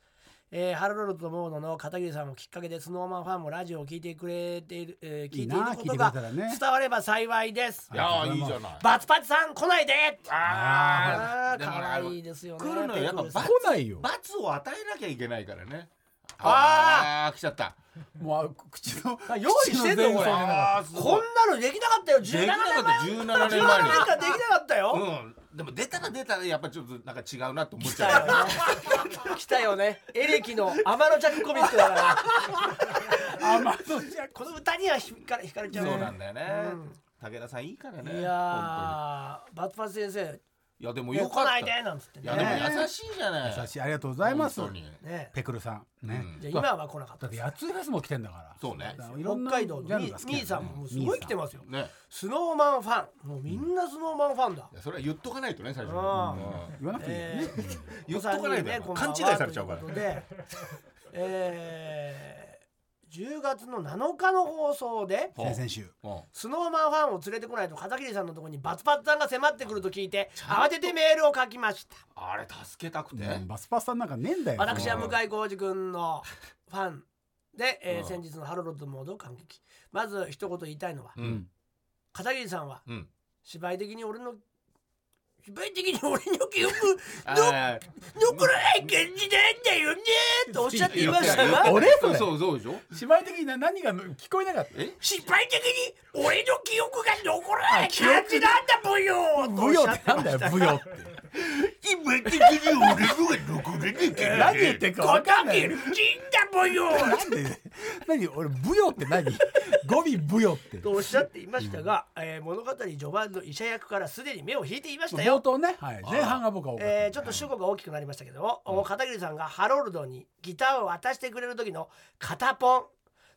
S1: えーハロルドとモードの片桐さんをきっかけでスノーマンファンもラジオを聞いてくれている、えー聞いている
S3: いいな
S1: ことが
S3: 聞いてくれたらね
S1: 伝われば幸いです、
S2: いやーいいじゃない
S1: バツパチさん来ないで
S2: あ
S1: あー可愛いですよね
S2: 来るのよやっぱ罰
S3: 来ないよ
S2: 罰を与えなきゃいけないからね
S1: あ
S2: あー来ちゃった
S3: もう口 [laughs] の
S2: 用意してんのこれあーす
S1: こ
S2: ご
S1: ん
S2: い
S1: なのできなかったよ17
S2: でき
S1: 年
S2: な
S1: 前
S2: か
S1: 17年
S2: った17年前
S1: 間でき
S2: に
S1: なかったよ、
S2: うんでも出たら出たらやっぱちょっとなんか違うなと思っ
S1: 来
S2: ち
S1: た
S2: ゃ
S1: よ
S2: う
S1: ね [laughs] 来たよねエレキの天のジャックコミックだから
S3: 甘そうじゃん
S1: この歌にはひかれひかれちゃう
S2: そう
S1: ね
S2: なんだよね武田さんいいからね
S1: いやーバツパチ先生
S2: 本当にいやでもよ
S1: よ
S2: か
S1: 来
S2: った
S1: ないでなんつって
S2: い
S1: ね
S2: やでも優しいじゃない
S3: 優しいありがとうございます
S2: 本当に
S1: ね
S3: ペクルさんね
S1: じゃあ今は来なかった
S3: だっ
S1: で
S3: て
S1: す
S3: やついフェスも来てんだから
S2: そうね
S3: だからいろん
S1: 北
S3: な
S1: 海道
S3: ジ
S1: の
S3: ャ
S1: み
S3: ンルが好き
S1: ーさんももうすごい来てますよ
S2: ね
S1: スノーマンファンもうみんなスノーマンファンだ
S2: いやそれは言っとかないとね最初に
S1: うん
S2: うん
S3: 言わなくていいよね、
S1: えー
S2: 言っとかないとね
S1: こんばん
S2: 勘
S1: は
S2: 違いされちゃうから
S1: といことで、えー10月の7日の放送で
S2: うん
S3: 先々週
S2: うん
S1: スノーマンファンを連れてこないと片桐さんのところにバツバツさんが迫ってくると聞いて慌ててメールを書きました
S2: あれ助けたくて
S3: うんバスパスさんなんかねえんだよ
S1: 私は
S2: も
S1: 向
S2: う
S1: 井浩二君のファンで、えー
S2: うん
S1: 先日のハロロッドモードを感激まず一言言いたいのは
S2: うん
S1: 片桐さんは
S2: うん
S1: 芝居的に俺の芝居的に俺の記憶
S2: あ
S1: の
S2: ー
S1: 残らない感じなんだよねとおっしゃっていました
S3: いやい
S1: が
S3: やいや俺それ
S2: そうそうでしょ
S3: 芝居的にな何が聞こえなかった
S2: え
S1: 失敗的に俺の記憶が残らない
S3: あ記憶
S1: 感じなんだブヨ
S3: 舞踊ってなんだよ舞踊って
S2: 今的に俺のが残らなきゃ
S3: [laughs] 何言ってるか
S1: 小
S3: 分かんな
S1: 竹
S3: い
S1: る金だブヨ
S3: なんで何俺舞踊って何語尾舞踊って
S1: とおっしゃっていましたが、えー物語序盤の医者役からすでに目を引いていました
S3: 冒
S1: よ、
S3: 頭ね、はい、前半が僕は多かった、
S1: えーちょっと主語が大きくなりましたけども、お片桐さんがハロルドにギターを渡してくれる時の片ポン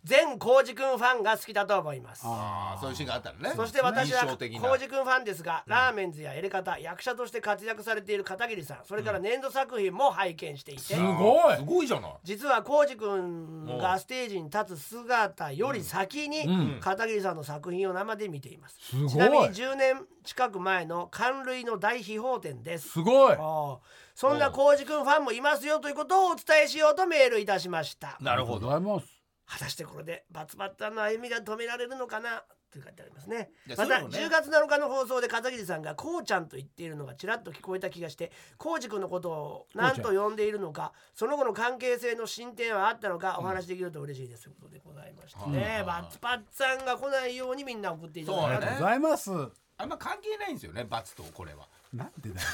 S1: 全浩二君ファンが好きだと思います
S2: ああそういうシーンがあったのね
S1: そして私は
S2: 印象
S1: 浩
S2: 的な
S1: 二君ファンですが、ラーメンズやエレカタ役者として活躍されている片桐さんそれから年度作品も拝見していて、
S3: すごい
S2: すごいじゃない
S1: 実は浩二君がステージに立つ姿より先に片桐さんの作品を生で見ています、
S3: ごい
S1: ちなみに10年近く前の寒類の大秘宝展です
S3: すごい
S1: ああそんな浩二君ファンもいますよということをお伝えしようとメールいたしました
S2: なる
S3: ありがと
S2: ほ
S3: う
S2: ど
S3: ございます
S1: 果たしてこれでバツバッタンの歩みが止められるのかなと書いてありますね
S2: いや
S1: また
S2: そうだよね
S1: 10月7日の放送で片桐さんが「こうちゃん」と言っているのがちらっと聞こえた気がしてこうじくんのことを何と呼んでいるのかその後の関係性の進展はあったのかお話しできると嬉しいですということでございましてね、
S2: うん
S1: バツバッツさんが来ないようにみんな送っていただ
S2: そ
S1: い
S2: だ
S3: あ
S1: た
S2: ね
S3: りがとうございます
S2: あんま関係ないんですよね罰とこれは
S3: なんでだよ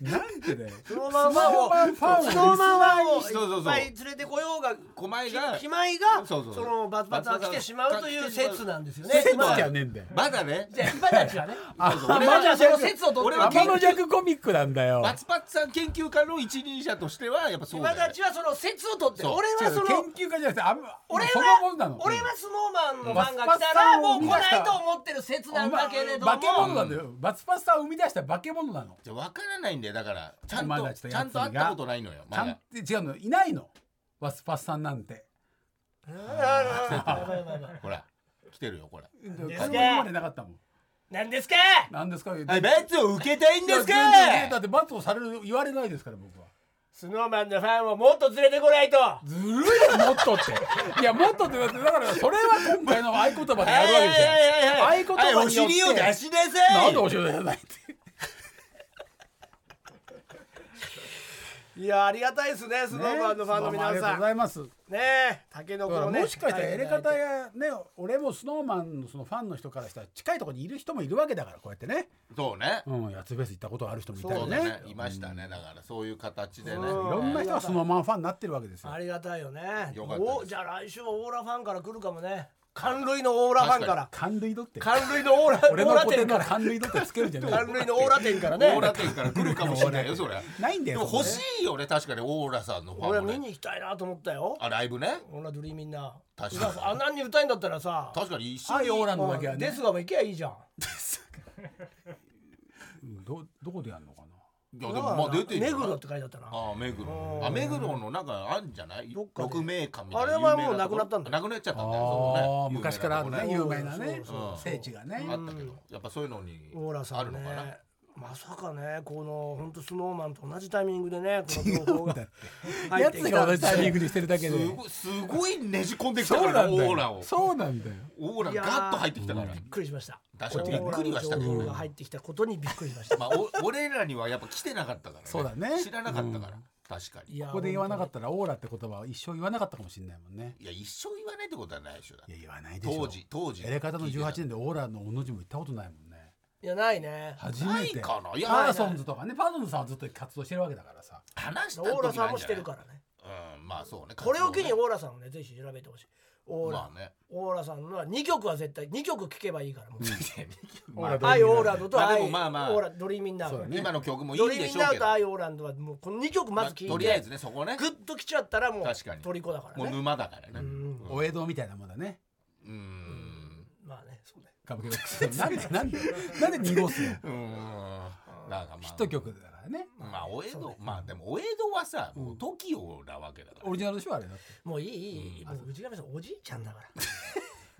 S3: なんでだよ
S1: そのままを
S3: ファン
S1: そのままを
S2: そうそうそう
S1: いっぱい連れてこようが
S2: 狛江が
S1: きまいが
S2: そ
S1: そう
S2: そうそう
S1: のバツバッツが来てしまうという説なんですよね。
S2: 説
S3: じ
S2: は
S3: ゃねえんだよ
S2: まだね
S1: じゃあ今たちはね
S3: あ
S1: 俺はじゃあその説を取って
S2: 俺
S1: るわ
S2: は
S1: け
S2: 研
S3: 天の
S2: 究
S3: 弱コミックなんだよ
S2: バツバツさん研究家の一人者としてはやっぱそうだ
S1: 今
S2: よ
S1: た
S2: ね
S1: ちはその説を取ってる
S2: そう
S1: 俺はその
S3: 研究家じゃなくてあんま
S1: 俺
S3: そのもんな
S1: は
S3: の
S1: 俺はスノーマンのファンが来た
S3: う
S1: ら
S3: ん
S1: もう来ないと思ってる説なんだけれども
S3: 化け物なんだよ、バツパスさんを生み出した化け物なの
S2: じゃ分からないんだよだからちゃん
S3: ま
S2: と
S3: だちょっと
S2: ちゃんと会ったことないのよ
S3: ちゃ
S2: ま
S3: ん
S2: だ
S3: って違うのいないのバツパスさんなんて
S2: ほら来てるよ [laughs] これ
S3: これ
S1: す
S3: も
S1: か
S3: 今までなかったもん
S1: 何ですか
S3: なんですか
S2: 罰を受けたいん
S3: 全然だって罰をされる言われないですから僕は
S1: スノーマンのファンをもっと連れてこないと
S3: ずるいよもっとっていやもっとってだってだからそれは今回の合言葉でやるわけじゃん合言葉によって
S2: しな
S3: なんでお尻を出さないって
S1: いやありがたいですねスノーマンのファンの
S3: あり
S1: 皆
S3: がとう
S1: さ
S3: ご
S1: ん
S3: ざいます
S1: ねえタケノコ
S3: だから
S1: をね
S3: もしかしたら
S1: 書い
S3: や
S1: て
S3: り
S1: いただいて
S3: 方やね俺もスノーマンのそのファンの人からしたら近いところにいる人もいるわけだからこうやってね
S2: そうね
S3: うんやつベース行ったことある人もいた
S2: そ
S3: り
S2: うだ
S3: ね
S2: ねいましたねだからそういう形でね
S1: そう
S3: いろんな人がスノーマンファンになってるわけですよ
S1: ありがたいよね
S2: よかったです
S1: おじゃあ来週はオーラファンから来るかもね寒類のオーラファンから
S3: 寒類だって
S1: 寒類のオーラ
S3: [laughs] 俺
S1: オ
S3: の
S1: ーラ
S3: 古典
S1: 店か
S3: から
S1: ら
S3: 寒類だってつけるん
S1: [laughs]
S3: じゃねえよ
S1: 寒類のオーラ店から
S2: オ
S1: ね
S2: ーラ店から来るかもしれない [laughs] よそれ
S3: ないんだ
S2: で
S3: よ
S2: も欲
S3: そ
S2: しいよね確かにオーラさんのフ
S1: 俺は
S2: ァンも
S1: 見に
S2: ね
S1: 行きたいなと思ったよ
S2: あライブね
S1: オーラドリーミンな
S2: 確かに
S1: あんなに歌いんだったらさ
S2: 確かに一
S3: こね
S2: 緒
S3: はい
S2: に
S3: オーラのだけは
S1: デ
S3: ね
S1: スが行けばいいじゃん
S3: うんどどこでやるのかな
S2: いやでもまあ出てんじ
S1: 目
S2: ゃない
S1: 黒って書いてあったな
S2: ああ目黒
S1: うん
S2: あ目黒のなんかあんじゃない
S1: どっかで
S2: 鹿名館みたいな
S1: あれはもうなくなったんだよ
S2: 有名とこなくなっちゃったんだよ
S3: あ
S2: そ
S3: あ
S2: うね
S3: 昔からあるね
S1: 有
S3: 有
S1: 名
S3: 名
S1: な
S3: な
S1: とこねそ
S3: ね
S1: うそう
S2: そう
S3: 聖地がね
S2: あったけどやっぱそういうのに
S1: オーラさ
S2: あ
S1: ん
S2: るのかな
S1: ねまさかねこの本当スノーマンと同じタイミングでねこの情報が
S2: [laughs]
S1: 入
S3: や
S1: っ
S3: つ
S1: てきたん
S3: が同
S1: で
S3: じタイミングにしてるだけです
S2: ごいすごいねじ込んできた
S3: そ
S2: か
S3: うな
S2: ら
S3: ん
S2: オ
S3: だ
S2: ーラ
S3: よ
S2: を
S3: そうなんだよ
S2: オーラ
S1: いや
S2: が
S1: ー
S2: ガッと入ってきたから
S1: びっくりしました
S2: 確かにびっくりはしたけ
S1: オ
S2: ど
S1: ーラの情報が入ってきたことにびっくりし
S2: [laughs]
S1: ました
S2: まあお俺らにはやっぱ来てなかったから
S3: そうだね
S2: 知らなかったから確かに
S1: い
S2: い
S1: や
S3: ここで言わなかったらオーラって言葉は一生言わなかったかもしれないもんね
S2: や一生言わないってことはないでしょだって
S3: いや言わないでしょ
S2: 当時当時
S3: エレカタの
S2: 聞
S3: 18
S2: いて
S3: 年でオーラのおの字も行ったことないもんね
S1: いやないね
S3: 初めて
S2: ないかないや
S3: パーソンズとかねパーソンズさんはずっと活動してるわけだからさ
S2: た話した
S1: オ
S2: 時
S1: ーラさんも
S2: な
S1: し
S2: じゃ
S1: て
S2: な
S1: る
S2: い
S1: からね
S2: うんまあそうね
S1: これを機に
S2: 活
S1: オーラさんをねぜひ調べてほしいオー
S2: 動ね
S1: ラ、
S2: まあね
S1: オーラさんのは2曲は絶対2曲聴けばいいからもう [laughs]
S3: オーラ
S1: 「アイ・オーランド」と「
S2: まあ
S1: ア
S2: で
S1: イ・オ
S2: もまあまあ
S1: ーラドリーミンナウ
S3: そうだね
S2: 今の曲もいい
S1: ド
S2: ん
S1: リー
S2: で
S1: ミ
S2: し
S1: ン
S2: ょ
S1: ナ
S2: う
S1: ウ
S2: けど
S1: と「アイ・オーランド」はもうこの2曲まず聴いて、
S2: とりあえずねそこね
S1: グッときちゃったらもう
S2: 確かに
S1: 虜だから
S2: もう
S1: ね
S2: 沼だからね
S1: うん
S3: お江戸みたいなもんだね
S2: うん
S1: まあねそうね
S3: 歌舞伎ロックスなんでなんでなんで濁すの
S2: うんなんかまあ
S3: ヒット曲だからね
S2: まあお江戸まあでもお江戸はさもう TOKIO なわけだから
S3: オリジナルでしょあれだって
S1: もういいいい、もう藤上さんおじいちゃんだか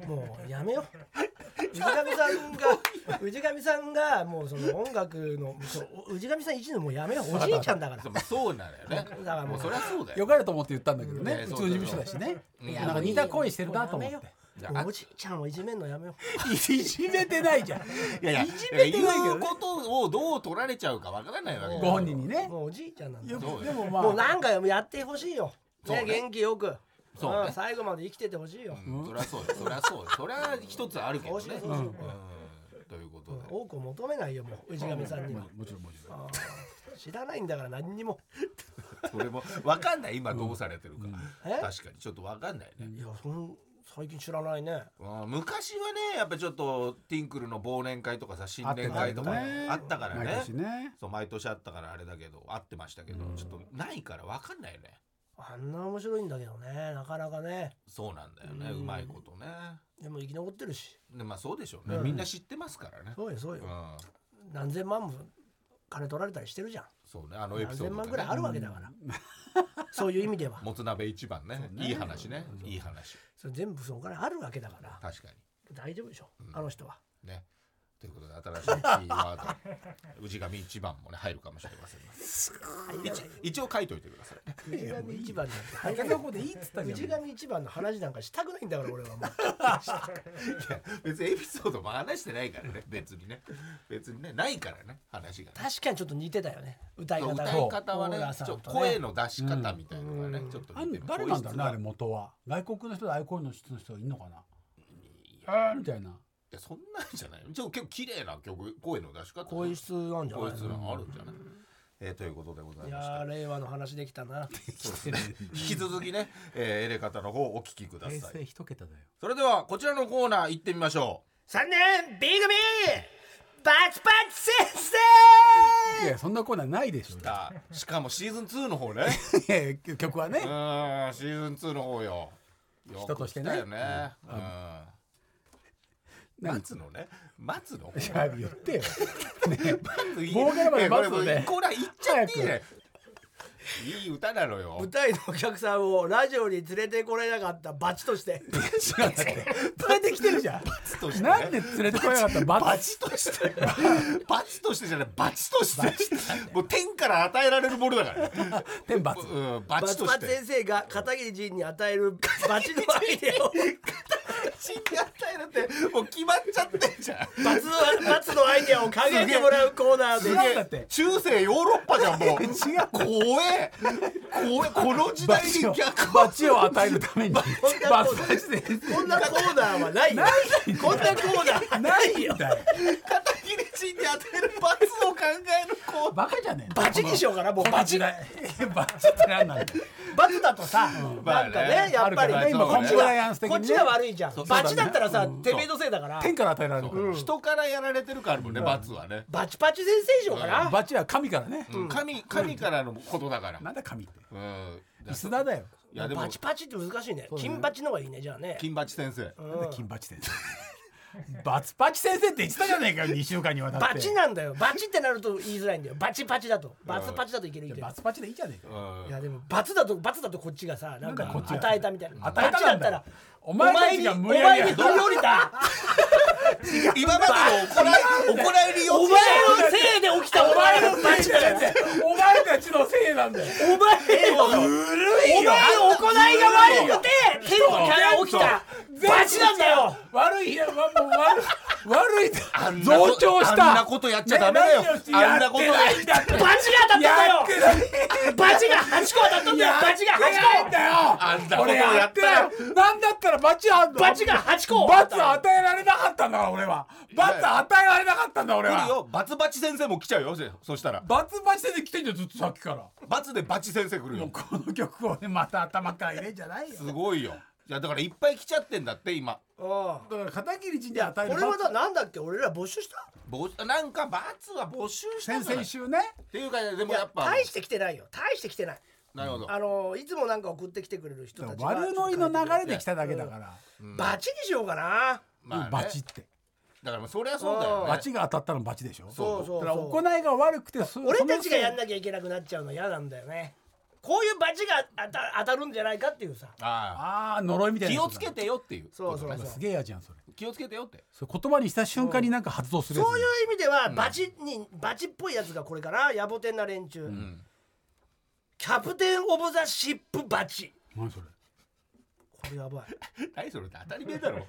S1: らもうやめよう藤上さんが藤上さんがもうその音楽のそう藤上さん一のもうやめようおじいちゃんだから
S2: そうまあそうなのよね
S1: だからも
S2: も
S1: う
S2: うそりゃそうだ
S3: よ
S2: よ
S3: かれと思って言ったんだけど
S2: うん
S3: ね
S2: ね
S3: うちの事務所だしね
S2: う
S3: なんか似た声してるなと思って
S1: もうやめようおじいちゃんをいじめんのやめよう
S3: いじめてないじゃんい
S2: いやい
S3: じ
S2: や
S3: めてないけ
S2: 言
S3: ど
S2: う
S3: ね
S2: ことをどう取られちゃうかわからないわけ
S3: ご本人にね
S1: もうおじいちゃんなんだ
S3: いや
S1: よ
S2: そうよ
S3: でもまあ
S1: もうなんかやってほしいよ、
S2: そう
S1: ね
S2: ね
S1: 元気よく
S2: そうね
S1: ん最後まで生きててほしいよ、
S2: うんそりゃそうよそりゃそうよそりゃ一つあるけ
S1: そ
S2: ど
S1: うしよ
S2: ね
S1: うそうしよう
S2: うんということで
S1: 多くを求めないよもう藤上さんには
S3: もちろんもちろん
S1: 知らないんだから何にも
S2: それもわかんない今どうされてるか、
S1: え
S2: 確かにちょっとわかんないね、
S1: いやそん最近知らないね
S2: うん昔はねやっぱちょっとティンクルの忘年会とかさ新年会とか
S3: あってたよね
S2: あったからね
S3: 毎年ね
S2: そう毎年あったからあれだけどあってましたけど、ちょっとないからわかんないね
S1: あんな面白いんだけどねなかなかね
S2: そうなんだよね、
S1: う
S2: うんまいことね
S1: でも生き残ってるし
S2: でまあそうでしょうね、みんな知ってますからね、
S1: そうよそう
S2: う
S1: よ
S2: ん、
S1: 何千万も金取られたりしてるじゃん
S2: そうねあのエピ
S1: 何
S2: ソー
S1: 千
S2: ド、
S1: 万
S2: ね、
S1: ぐらいあるわけだから、そういう意味では
S2: もつ鍋一番ねいい話ねいい話
S1: それ全部そのお金あるわけだから
S2: 確か
S1: 大丈夫でしょ、あの人は
S2: にねということで新しいキーワード氏神一番もね入るかもしれませんが一一応書いといてくださいね
S1: 藤上一番なんて入ら
S3: 竹
S1: ない
S3: の子でいいっつったじゃん
S1: 藤上一番の話なんかしたくないんだから俺はもう
S2: いや別にエピソードも話してないからね別にね別にねないからね話がね
S1: 確かにちょっと似てたよね歌い方
S2: 歌
S1: が
S2: い方
S1: オ
S2: はね
S1: ーラさん
S2: ち
S1: と
S2: ょ
S1: ね
S2: 声の出し方みたいなのがね、ちょっと
S3: あ
S2: 似て
S3: ん
S2: る
S3: 誰なんだろうねあれ
S2: い
S3: 元は外国の人でああいう声の質の人いんのかなあーみたいな
S2: やそんなんじゃないちょっと結構綺麗な曲声の出し方
S1: こういう質なんじゃ
S2: こ
S1: な
S2: う
S1: い
S2: い
S1: う
S2: 質があるんじゃない、えーということでござい
S1: い
S2: まし
S1: や
S2: た
S1: ー令和の話できたな
S2: そうですね引き続きね、えー、エレカタの方お聞きください
S3: 平成一桁だよ
S2: それではこちらのコーナー行ってみましょ
S1: 3年 B 組バチバチ先生
S3: いやそんなコーナーないでしょ
S2: うあしかもシーズン2の方ね
S3: いやいや曲は
S2: う
S3: ね
S2: ーんシーズン2の方よよく
S3: 人としてね
S2: 来たよね、うん
S3: 何
S2: 松のね松の
S3: いや言ってよ
S2: 儲
S3: 儲けるまで待つのね
S2: これ言っちゃっていいねいい歌なのよ
S1: 舞台のお客さんをラジオに連れてこれなかったバチとして
S3: 違うって連れてきてるじゃん
S2: としてね
S3: なんで連れてこなかったバ
S2: バ
S3: ツ
S2: チとしてバチとしてじゃないバチとしてもう天から与えられるものだからね、
S3: 天罰
S2: うん、バ
S1: バ
S2: チ
S1: チ
S2: と
S1: バ
S2: し
S1: チ
S2: て
S1: 先生が片桐仁に与えるバチのアイデアを
S2: 死んで与えるってもう決まっちゃってんじゃん
S1: バツのバツのアイデアを考えてもらうコーナー
S3: す
S1: で
S3: げえなんだって
S2: 中世ヨーロッパじゃんもう
S3: [laughs] 違う
S2: 怖え怖えこの時
S3: バ
S2: 代に
S3: チを
S2: 逆
S3: バチを与えるためにバ
S1: なこと
S3: ツバチで
S1: こんなコーナーはないよこんなコーナーないよ
S3: だよ
S2: 片桐仁に与える罰を考えるこう
S3: バカじゃねえの
S1: バチにしようかなもう
S3: バ
S1: バチ
S3: チだバチって何なんだよ
S1: バツだとさ、なんか
S2: まあ
S1: ね
S2: ね
S1: やっぱり
S2: あ
S1: ね
S2: るか
S1: 今
S2: ら
S1: こっち
S2: そう
S3: ね
S1: がこっちが悪いじゃん
S2: そう
S1: バチだったらさてめえのせいだから
S3: 天から与えられるから
S2: 人からやられてるからもんね罰はね、
S1: バチバチ先生しようかな
S3: バチは神からね
S2: 神神からのことだから、
S3: なんだ神って
S2: うん、
S3: リスナーだよ
S2: いやでも
S1: バチバチって難しいね
S3: うだね
S1: 金バチの方がいいねじゃあね
S2: 金八先生
S3: なんで金バチでバツパチ先生って言ってたじゃないかよ2週間にわたって
S1: バチなんだよバチってなると言いづらいんだよバチパチだとバツパチだといけるいける
S3: バツパチでいいじゃねえかよ
S1: いやでも罰だと罰だとこっちがさなん
S3: なん
S1: か
S3: だこっちが
S1: 与えたみたいな
S3: 与えたな
S1: 罰だっ
S3: んだ
S1: たら
S3: お前たちが無理やり
S1: お前にお前に飛び降りた
S2: 今までの行い行いによ
S1: お前
S2: っ
S1: のせいで起きたお前の罰だよ
S3: お前たちのせいなんだよ
S1: お前のお前の行いが悪くて天のキャラ起きた罰なんだよ
S3: 悪いやわもう悪い悪い
S2: て
S3: 増長した
S2: あんなことやっちゃダメだよ
S3: ね何をして
S2: あんなことや
S3: やってないんだ
S1: 罰が当たったんだ
S3: や
S1: よ
S3: ってない
S1: 罰が8個当たったんだよ罰が
S3: やって
S1: 8
S2: あんない
S3: なんだよ
S2: こと
S3: 俺や
S2: や
S3: っ
S2: ってた
S3: ない
S2: よ
S3: なんだったら罰あんの
S1: 個罰が8個
S3: 罰与えられなかったんだから俺は罰与えられなかったんだ俺
S2: 来る
S3: は
S2: よバツバチ先生も来ちゃうよせそしたら
S3: 罰罰先生来てんじゃんずっとさっきから
S2: バツでバチ先生来る
S3: もう
S2: よ
S3: この曲をねまた頭から入れんじゃないよ
S2: すごいよいやだからいっぱい来ちゃってんだって今
S1: うん
S3: だから片桐仁で与える
S1: 俺はだなんだっけ俺ら募集した
S2: ぼなんかバツは募集したん
S3: 先
S2: じゃな
S3: 々
S2: いっ
S3: 週ね
S2: ていうかで
S1: い
S2: もや
S1: や
S2: っぱ
S1: 大してきてないよ大してきてない
S2: なるほど
S1: あのいつもなんか送ってきてくれる人たちが
S3: 悪ノリの流れで来ただけだから
S1: バチにしようかな
S2: まあね
S3: バチって
S2: だからそりゃそうだよ
S1: うん
S3: バ
S2: ね
S3: チが当たったのバチでしょ
S1: そうそう
S3: だから
S1: そう
S3: 行いが悪くてそ
S1: 俺たちがやん
S3: な
S1: なきゃいけなくなっちゃうの嫌なんだよねこういうバチが当た当たるんじゃないかっていうさ
S2: あ
S3: ああ呪いみ
S2: あ
S3: たいな
S2: 気を
S3: やつだ
S2: つけてよっていう
S1: そうそう
S2: こと
S1: そう
S2: ね
S3: すげえやじゃんそれ
S2: 気をつけてよって
S3: それ言葉にした瞬間になんか発動するやつ
S1: そういう意味ではバチに、バチっぽいやつがこれかな野暮天な連中、
S2: ん
S1: キャプテン・オブ・ザ・シップバチ
S3: 何それ
S1: これやばい
S2: 何それって当たり前だろ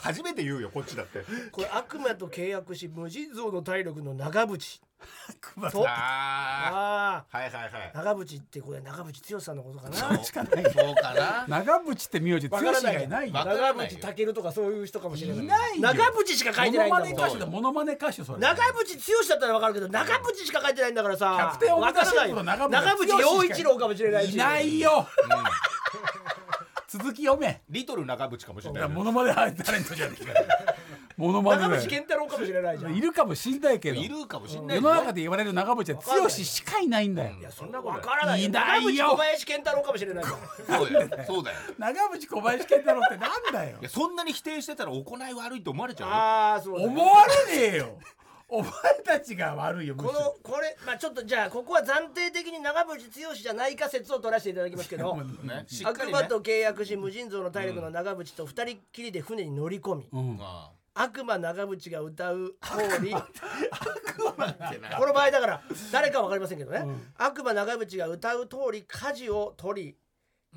S2: 初めて言うよこっちだって
S1: これ悪魔と契約し無尽蔵の体力の長渕そうあ
S2: ああはいはいはい
S1: あ長渕ってこれ長渕剛さんのことかな
S3: しかない
S2: そうかな
S3: 長渕って名字剛
S1: わから
S3: が
S1: ない
S3: いないよ
S2: わ
S1: 長渕健とかそういう人かもしれない
S3: いないよ
S1: 長渕しか書いてないんだもん
S3: モノマネ歌手だモノマネ歌手それ
S1: 長渕剛だったら分かるけど長渕しか書いてないんだからさ
S3: キャプテンオブ
S1: 分か
S3: ザ
S1: ら
S3: シ
S1: ない
S3: ップ
S1: よ
S3: の
S1: 長
S3: 長渕
S1: 渕陽一郎かもしれないし
S3: いないよ続き読め
S2: リトル中渕かもしれ
S3: い
S2: ない
S3: や
S2: よ
S3: モノマネタレントじゃね
S1: [laughs]
S3: えかよモノマ
S1: 長
S3: ネだ
S1: 渕
S3: よ
S1: 健太郎かもしれないじゃん
S3: いるかもしんないけど
S2: いるかもしれない
S3: 世
S2: よ
S3: の中で言われる長渕は剛しかいないんだよ
S1: いやそんなこと分からないよ
S3: いないよ
S1: 長渕小林健太郎かもしれないじゃん
S2: そうだよそうだよ
S3: 長渕小林健太郎ってなんだよ
S2: いやそんなに否定してたら行い悪いと思われちゃうよ
S1: ああそうだね
S3: 思われねえよお前たちが悪いよむし
S1: この
S3: ろ
S1: これまあちょっとじゃあここは暫定的に長渕剛じゃないか説を取らせていただきますけ
S3: [laughs]
S1: ど
S3: もう
S2: ね、しっか
S1: 悪
S2: り
S1: 魔
S2: ね。
S1: と契約し無尽蔵の体力の長渕と二人っきりで船に乗り込み、
S3: うん
S2: あ
S1: 悪魔長渕が歌う「ホーリー」
S2: あ
S1: この場合だから誰かわかりませんけどね、悪魔長渕が歌う通り舵を取り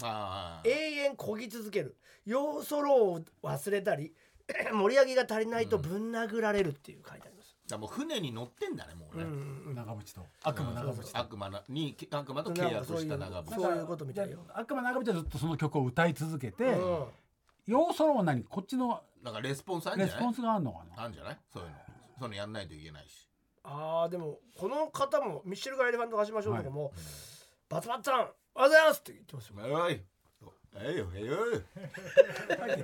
S2: ああ。
S1: 永遠こぎ続ける要ソロを忘れたり [clears throat] 盛り上げが足りないとぶん殴られるっていう書いてあります、
S2: じゃあもう船に乗ってんだね、もうね。
S3: 長渕と悪魔長渕と
S2: 悪魔なに悪魔と
S1: なん
S2: 契
S1: か
S2: 約
S1: そうい
S2: し
S1: う
S2: た長渕。
S1: そういうことみたいよ、
S3: 悪魔長渕はずっとその曲を歌い続けて、
S1: うん
S3: 要素の何こっちの
S2: なんかレスポンスあるん
S3: レ
S2: じ
S3: ス
S2: ゃ
S3: ポ
S2: な
S3: ン
S2: い
S3: スがあるのかな
S2: あるんじゃないそういうの。そういうのやんないといけないし。
S1: あーでもこの方もミッシェル・ガエレファントがしましょうとかも、バツバツさんおはようございますって言ってますよ
S2: おい。えいよ、えいよ。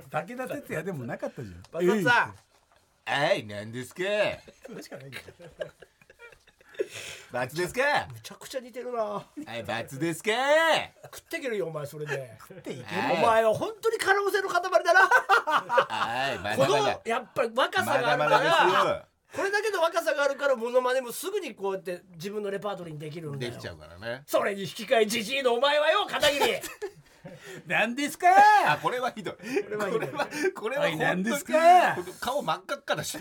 S3: 武田鉄矢でもなかったじゃ
S1: バ
S3: ん
S1: ツバツさん
S2: えい、なんですかバツですか
S1: めちゃくちゃ似てるな
S2: はい、バツですか
S1: 食ってけるよお前それで
S3: っていけ
S1: お前は本当に可能性の塊だな
S2: はい、バ
S1: こ
S2: ツ
S1: の
S2: バツ。
S1: やっぱり若さが
S2: ま
S1: あ
S2: だ
S1: るか
S2: ま
S1: ら
S2: だ
S1: これだけの若さがあるからモノマネもすぐにこうやって自分のレパートリーにできるんだ
S2: で
S1: よ
S2: すよ。できちゃうからね。
S1: それに引き換えじじいのお前はよ片
S2: [laughs]
S1: 桐
S3: 何ですか
S2: あ、これはひどい。これ
S1: は
S2: は
S1: ひどい、
S2: これ
S3: お
S2: はい本
S3: 何
S2: 当
S3: で
S2: に
S3: すか
S2: 顔真っ赤っからし。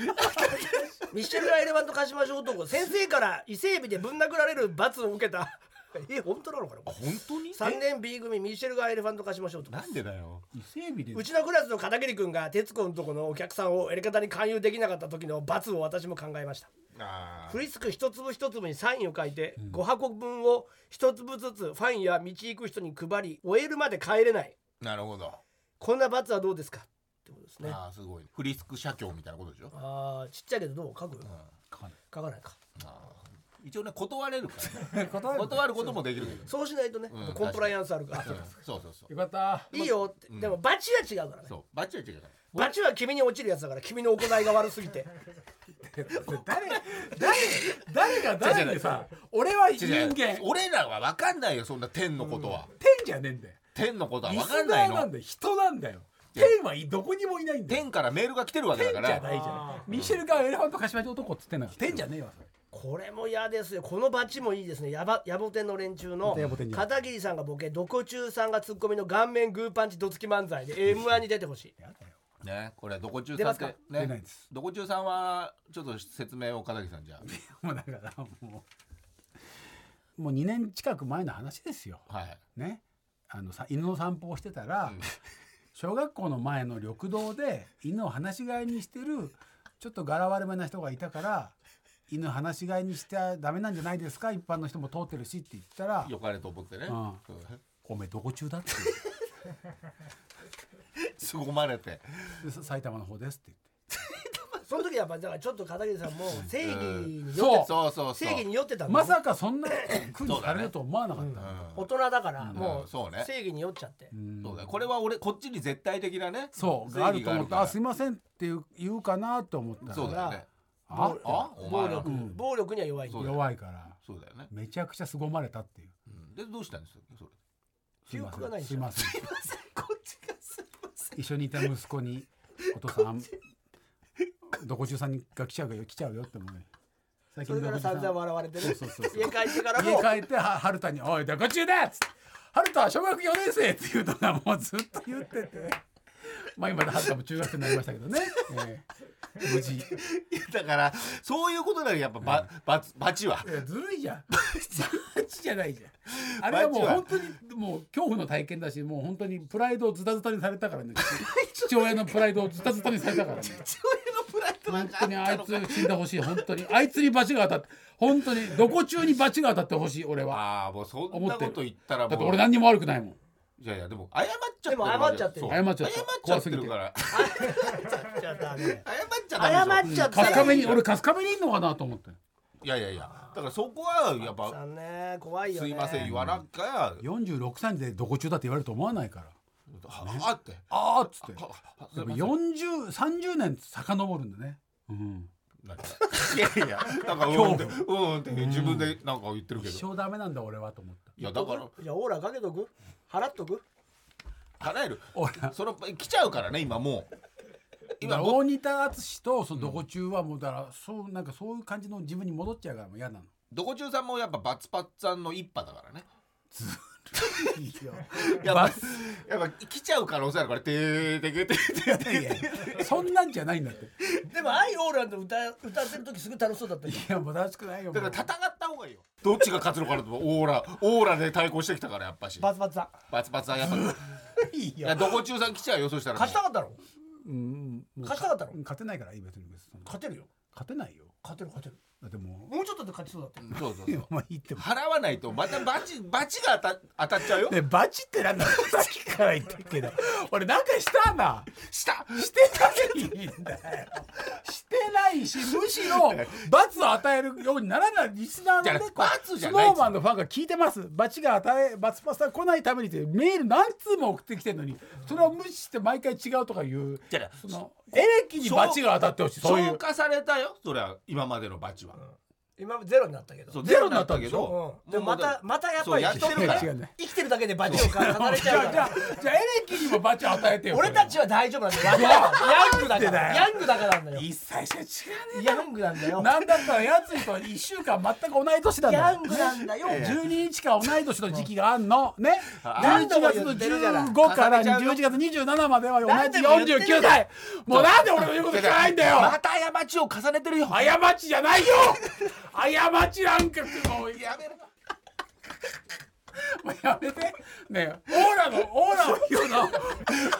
S1: ミッシェル・ガエレマンと柏島男先生から伊勢海老でぶん殴られる罰を受けたえ本当なのかなこれ
S2: 本当に
S1: 3年 B 組ミッシェル・ガエレファント化しましょうと
S2: なんでだよ。
S3: 伊勢海老
S1: う
S3: で
S1: ちのクラスの片桐君が徹子のとこのお客さんをやり方に勧誘できなかった時の罰を私も考えました
S2: あ
S1: フリスク一粒一粒にサインを書いて5箱分を一粒ずつファンや道行く人に配り終えるまで帰れない
S2: あ。なるほど。
S1: こんな罰はどうですかってことですね
S2: ああ、すごい。フリスク社協みたいなことでしょ。
S1: あーちっちゃいけどどう書く書かないか
S2: 一応ね、断れるから、ね。
S3: 断る
S2: 断ることもできるけど。
S1: そうしないとね、
S2: うん
S1: コンプライアンスあるから
S2: うんそうそうそう。
S3: よかった
S1: [laughs] いいよって、でもバチは違うからね
S2: そう、バッチリ違うから。
S1: バチは君に落ちるやつだから君の行いが悪すぎて
S3: 誰誰誰が誰でさ俺は人
S2: 違う
S3: 間
S2: 違う
S3: 天
S2: 俺らは分かんないよ、そんな天のことは。
S3: じゃねえんだよ
S2: 天のことは
S3: リ
S2: 分か
S3: ス
S2: んな
S3: ナ
S2: い
S3: ーなん
S2: の。
S3: だよ人なんだよ天はいどこにもいないんだよ
S2: 天からメールが来てるわけだ
S3: 天じ
S2: か
S3: ゃないじゃ
S2: ら
S3: ない
S1: あ
S3: ミシェルがエレファント柏木男っつってんだから天じゃねえわそれ
S1: これも嫌ですよこのバチもいいですねやば野暮天の連中の
S3: 野暮天に
S1: 片桐さんがボケ毒中さんがツッコミの顔面グーパンチドツキ漫才で m 1に出てほしい
S2: ねこれどこ中
S1: 出
S2: さ
S1: ま
S2: んっ
S1: すか
S2: て
S3: 出ない
S2: ね
S3: です
S2: どこ中さんはちょっと説明を片桐さんじゃ
S3: もうだからもうもう2年近く前の話ですよ
S2: あはい
S3: ねあのさ犬の散歩をしてたら、
S2: うん
S3: 小学校の前の緑道で犬を放し飼いにしてるちょっと柄悪めな人がいたから犬放し飼いにしてはダメなんじゃないですか一般の人も通ってるしって言ったら
S2: よかれと思ってね
S3: うん
S2: うん [laughs]
S3: 「おめえどこ中だ?」って
S2: すごまれて
S3: でさ埼玉の方ですって言って
S1: その時やっぱだからちょっと片桐さんも正義に
S3: うん
S1: よって
S2: そうそうそ
S1: 正義
S2: う
S1: によってたんだ
S3: ま
S1: ね
S3: さかそんな苦にされると思わなかった、
S1: 大人だからも
S2: うん
S1: う
S2: そうね
S1: 正義に酔っちゃって
S3: うん
S2: そうだよこれは俺こっちに絶対的なね
S3: そう
S2: 正
S3: がある
S2: 義
S3: と
S2: があ
S3: 思
S2: るか
S3: って「
S2: ら
S3: あすいません」っていう言うかなと思ったら
S2: そうだよね
S3: あ
S2: あお
S1: 暴
S2: 前ら
S1: 力暴力には弱い [laughs]
S2: そうだよ
S3: 弱いから
S2: そうだよね
S3: めちゃくちゃ凄まれたっていう
S2: うんでどうしたんですかそれ [laughs]
S3: すいま
S1: 記憶がな
S3: せ
S1: い
S3: ん
S1: んです
S3: い
S1: よ
S3: ません
S2: すいませんこっちがすいませ
S3: 一緒にいた息子に「お父さんあんどこ中さんが来ちゃうよ来ちゃうよ」って思うね最
S1: それから散々
S3: どこ
S1: 笑われてね
S3: そうそうそう
S1: 家帰ってから
S3: 中
S1: も
S3: さん家帰っては春田に「おいどこ中だ!」っつって「春田は小学4年生」っていうのがもうずっと言っててまあ今で春田も中学生になりましたけどね、ええ無事
S2: んいやだからそういうことならやっぱばばバチは
S3: ずるいじゃ [laughs] ん。バチじゃないじゃん。あれはもう本当にもう恐怖の体験だし、もう本当にプライドをズタズタにされた [laughs] からね。父親のプライドをズタズタにされたからね。
S2: 父親のプライドなん
S3: 本
S2: かあ
S3: 当
S2: ったの
S3: にあ
S2: か
S3: いつ死んでほしい。本当にあいつにバチが当たって、本当にどこ中にバチが当たってほしい。俺は。
S2: ああもうそんなこと言ったら
S3: だって
S2: もう
S3: 俺何にも悪くないもん。
S2: いやいやでも謝っちゃって
S1: でも謝っちゃってる
S2: そう
S3: 謝っちゃ
S2: 謝
S3: っ
S2: ってちゃってるから
S1: ちゃダメ
S2: 謝っちゃダメ
S1: 謝
S2: で
S1: っ
S2: し
S1: ちゃっ
S3: カス
S1: た
S3: カ
S1: ら
S3: ベに俺カスカベにいんのかなと思って。
S2: ょいやいやいやだからそこはやっぱ
S1: さんね怖いよ
S2: す
S1: ね
S2: いません言わなきゃ
S3: 46歳でどこ中だって言われると思わないから。
S2: あって
S3: ああっつって。
S2: あ
S3: でも四十三十年遡るんだね。うん。
S2: なんかいやいやなんかうんってうんって自分でなんか言ってるけ
S3: 一
S2: ど
S3: 生ダメなんだ俺はと思った。
S2: いやだから
S1: じゃあオーラかけとく払っとく
S2: 払える
S3: 俺は
S2: その来ちゃうからね今もう
S3: 今
S2: 今
S3: 大仁田淳とそのどこ中はもうだからそうなんかそういう感じの自分に戻っちゃうからもう嫌 [laughs] なの。
S2: どこ中さんもやっぱバツパッツァンの一派だからねやっ
S3: バ
S2: ぱ
S3: ツ
S2: やっぱ来ちゃう可能性あるからてーてけてけてけて
S3: いやいやそんなんじゃないんだって。い
S1: [laughs] でも「アイ・オーラン」と歌歌ってる時すぐ楽しそうだったじゃん
S3: やもう正しくないよ。も
S2: だから
S3: う
S2: 戦った方がいいよどっちが勝つのかなと思うオーラオーラで対抗してきたからやっぱし
S1: バツバツだ
S2: バツバツはやっぱ
S1: い
S2: いやどこ中さん来ちゃうよそしたら
S1: 勝ちた
S2: も
S1: かったろ
S3: うんもう
S1: 勝ちたかったろ
S3: うん勝てないからいい別に別に
S1: 勝てるよ
S3: 勝てないよ。
S1: 勝てる勝てる
S3: だって [laughs] も
S1: もうちょっとで勝ちそうだった
S2: うそうそう
S3: うい
S2: そ
S3: や
S2: う
S3: まあいいっても。
S2: 払わないとまたバチバチが当た当たっちゃうよ
S3: ねバチってなんださっきから言ってるけど [laughs] 俺なんかしたな。
S2: した
S3: してないんだよ。してないし、むしろ罰を与えるようにならないリスナーの
S2: じ
S3: ね
S2: ゃあ、
S3: こう
S2: 罰じ
S3: ス
S2: ゃ
S3: ノ
S2: ない
S3: ーマンのファンが聞いてます。罰が与え、罰パスが来ないためにってメール何通も送ってきてるのに、それを無視して毎回違うとかいう、
S2: じゃあ
S3: そのエレキに罰が当たってほしい。そうい
S2: 消
S3: う。
S2: 化されたよそれは今までのバチは
S1: 今ゼロになったけど
S2: そううんゼロになったけ
S3: ゼロに
S1: で
S2: ど
S1: もまたまたやっぱり
S2: そ
S1: 生
S2: う
S1: きてるから
S3: いや違うね
S1: 生きてるだけでバチを離れち
S3: じゃ
S1: ゃ
S3: あ、
S1: う
S3: じ
S1: か
S3: ゃあ
S1: ら、
S3: じゃあエレキにも罰与えてよ。
S1: 俺たちは大丈夫なんだよヤングだからヤングだからなんだよ
S3: 一切しか違うね
S1: ヤングなんだ
S3: えな。
S1: よ
S3: なんだったらやついと1週間全く同い年なんだよ
S1: ヤングなんだよ
S3: 12日間同い年の時期があんのね
S1: 何
S3: 11
S1: 度も
S3: 月
S1: 言
S3: の
S1: ってるから
S3: 15から
S2: 重ねちゃうよ
S3: 11月27までは同
S1: 何
S3: じ
S1: 度も言ってる
S3: 49
S1: じゃ
S3: 歳もうなんで俺の言うこと聞かないんだよ
S2: また過ちを重ねてるよ
S3: 過ちじゃないよ過ちなんかもうや
S2: やめろ
S3: もうやめてねえオーラのオーラを言うの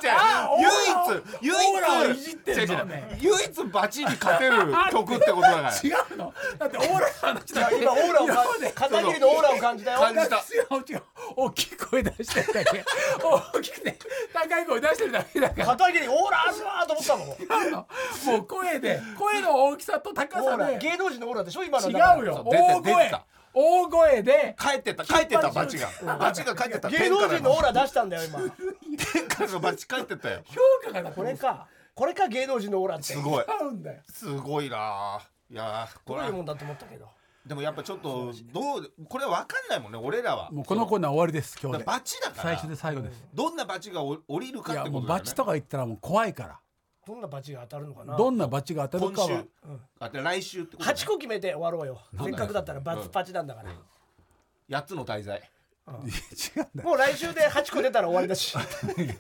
S2: じゃあ
S3: あ
S2: 唯一唯一
S3: オーラをいじってんの
S2: 違う違う
S3: ね
S2: 唯一バチに勝てる曲ってことだから
S3: 違うのだってオーラの話だ
S1: 今オーラを感
S3: 今ま
S1: じ
S3: で
S1: 片桐のオーラを感じたよ
S2: 感じた
S3: 違う違う大きい声出してるだけ大きくて高い声出してるだけだから
S1: 片桐オーラあすわーと思ったもん
S3: もう声で声の大きさと高
S1: オー
S3: さ
S1: ラ
S3: で
S1: 芸能人のオーラでしょ今の
S3: 違
S1: だから
S3: うよ
S2: 出て
S3: 大
S2: 出て
S3: 声
S2: た
S3: 大声で
S2: 帰ってた帰ってたバチがバチが帰ってた
S1: 芸能人のオーラ出したんだよ今
S2: 天からのバチ帰ってたよ
S3: 評価がな
S1: これかこれか芸能人のオーラって
S2: すごい
S3: 合うんだよ
S2: すごいなあいやあこ
S1: どう
S2: れ
S1: いうもんだと思ったけど
S2: でもやっぱちょっとどうこれは分かんないもんね俺らは
S3: もうこのコーナー終わりです今
S2: だ
S3: 日
S2: から
S3: で
S2: バチだか
S3: 最
S2: ら
S3: 初で最後です、
S2: どんなバチがお降りるか
S3: い
S2: っ
S3: や
S2: てこ
S3: も
S2: と
S3: う
S2: だ
S3: バ
S2: よね
S3: チとか言ったらもう怖いか
S1: どんなバチが当たるのからな
S3: どんなバチが当たる
S2: 今
S3: か
S2: 週
S3: は
S2: あで来週ってことだね
S1: 8個決めて終わろうよ
S2: なんだ
S1: せっ
S2: よ
S1: かくだったらバツパチなんだから、
S2: 8つの滞在
S3: いや違うんだよ
S1: もう来週で8個出たら終わりだし
S3: いや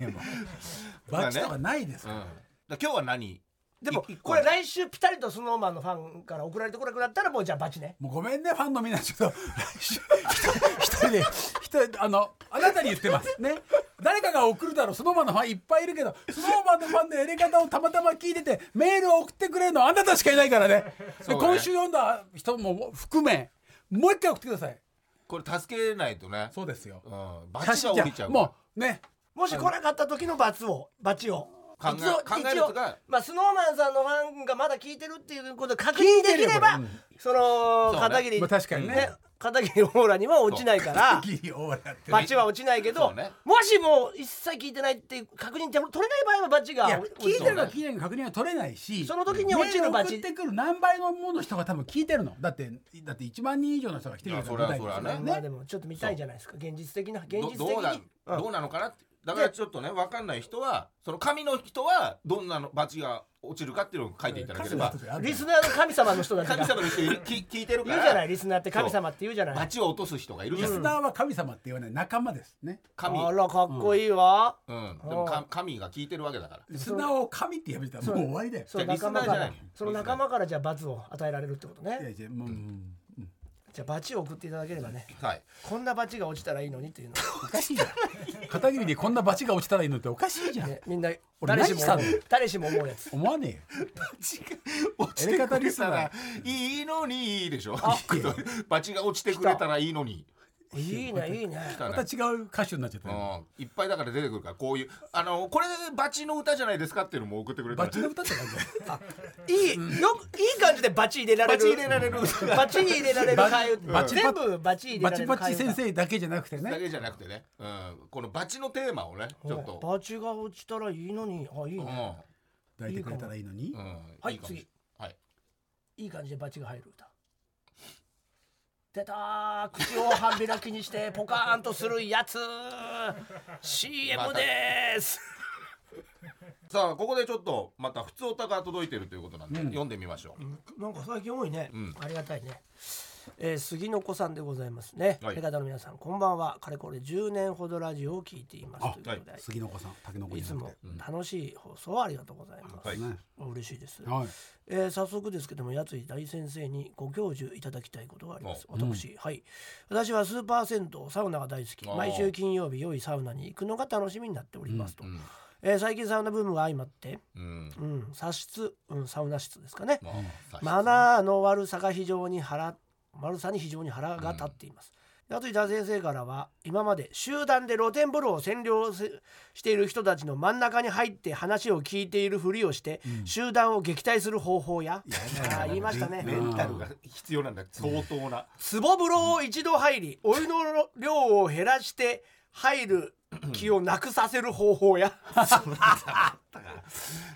S3: もうバチとかないです
S2: う
S3: か
S2: ん
S3: ら、
S2: だから今日は何
S1: でも
S2: い一個
S1: これ来週ピタリとスノーマンのファンから送られてこなくなったらもうじゃあバチね
S3: もうごめんねファンのみんなちょっと来週一人で一人であのあなたに言ってますね誰かが送るだろうスノーマンのファンいっぱいいるけどスノーマンのファンのやり方をたまたま聞いててメールを送ってくれるのはあなたしかいないからね
S2: そ
S3: で
S2: うね
S3: 今週読んだ人も含めもう一回送ってください
S2: これ助けないとね
S3: そうですよ
S2: うんバチが降りちゃう
S3: もうね
S1: もし来なかった時の罰をバチを
S2: 考え
S1: 一応
S2: 考えるとか
S1: 一応まあスノーマンさんのファンがまだ聞いてるっていうことを確認できれば
S3: 聞いてるよこれうん
S1: その
S2: そうね
S1: 片桐
S3: まあ確かにね
S1: 片桐オーラには落ちないから
S3: ギリオーラやってる
S1: [laughs] バチは落ちないけ
S2: そ
S1: ど、
S2: うね
S1: もしもう一切聞いてないっていう確認って取れない場合はバチが
S3: いや聞いてるか
S1: 落ち
S3: 聞いてないか確認は取れないし
S1: その時に落ちるバチ
S3: メール送ってくる何倍のもの人が多分聞いてるのだってだって1万人以上の人が来てる
S2: いやそりゃ
S3: 舞台
S2: そ
S3: に
S2: りゃ
S1: そう
S2: ね
S1: まあでもちょっと見たいじゃないですか現実的な現実
S2: ど
S1: 的に
S2: どうなどうなのかなってだからちょっとね分かんない人はその紙の人はどんなのバチが落ちるかっていうのを書いていただければ
S1: うんリスナーの神様の人だって
S2: 神様の人いる聞聞いてるか
S1: 言うじゃな
S2: ら
S1: いリスナーって神様って言うじゃない
S2: バチを落とす人がいるじ
S3: リ
S2: ゃ
S3: ス
S2: ない
S3: ナーは神様って言わない仲間ですね。
S2: 神
S1: あらかっこいいわ、
S2: うんでもか神が聞いてるわけだから
S3: リスナーを神って呼びたらもう終わりだよ。
S1: そう
S2: じゃあ
S1: 仲間か
S2: リスナー
S1: ら
S2: じゃない
S1: その仲間からじゃあ罰を与えられるってこと
S3: いや
S1: ね
S3: いやもううん
S1: じゃあ罰を送っていただければね
S2: はい
S1: こんな罰が落ちたらいいのにっていうの
S3: おかしいじゃん。 [laughs] 片桐にこんなバチが落ちたらいいのっておかしいじゃん
S1: ね。みんな
S3: 俺
S1: 誰
S3: 何
S1: しも
S3: したの
S1: 思う誰しも思うやつ
S3: 思わねえよ。
S2: 落ちてくれたらいいのにいいでしょバチが落ちてくれたらいいのに
S1: いいねいいね
S2: 来た
S3: ま
S2: ね
S3: た違う歌手になっちゃったよ。
S2: うん、いっぱいだから出てくるからこういうあのこれバチの歌じゃないですかっていうのも送ってくれた
S3: バ
S2: ら
S3: チの歌って感じだよ。
S2: [laughs]
S1: いいよくいい感じでバチ入れられる
S2: バチ入れられる
S1: バチに入れられる
S3: バチ
S1: 替え歌
S3: バチ
S1: 全部バチ入れら
S3: バ
S1: れ
S3: チ
S1: る
S3: バチ先
S1: ね
S3: 生だけじゃなくて
S2: だ
S3: ね。
S2: けじゃなくてね、うん、このバチのテーマをねちょっと、
S1: バチが落ちたらいいのにあいいうね
S2: ん
S3: 抱いてくれたらいいのに
S2: う。ん、
S1: はい
S2: かもしれないはい
S1: いい感じでバチが入る歌出たー口を半開きにしてポカーンとするやつ CM でーす
S2: さあここでちょっとまた普通おたが届いてるということなんで、読んでみましょう、
S1: なんか最近多いね、
S2: ん
S1: ありがたいね、えー杉の子さんでございますね、
S2: はい
S1: 手形の皆さんこんばんはかれこれ10年ほどラジオを聞いていますということで、い、
S3: 杉の子さん、竹の子じ
S1: つ
S3: ゃなく
S1: も
S3: て。
S1: 楽しい放送ありがとうございます、
S2: はい
S3: ね
S1: 嬉しいです、
S3: はい。
S1: えー早速ですけどもやつい大先生にご教授いただきたいことがあります私、はい私はスーパー銭湯サウナが大好き
S2: あー
S1: 毎週金曜日良いサウナに行くのが楽しみになっておりますと、
S2: うん
S1: えー最近サウナブームが相まって、
S2: うん
S1: うん、茶室、うん、サウナ室ですかね、
S2: まあ最初
S1: マナーの悪さが非常に腹悪さに非常に腹が立っています。あと伊田先生からは今まで集団で露天風呂を占領せしている人たちの真ん中に入って話を聞いているふりをして、集団を撃退する方法やあー言いましたね
S2: メンタルが必要なんだ相当な、
S1: 壺風呂を一度入りお湯の量を減らして入る気をなくさせる方法や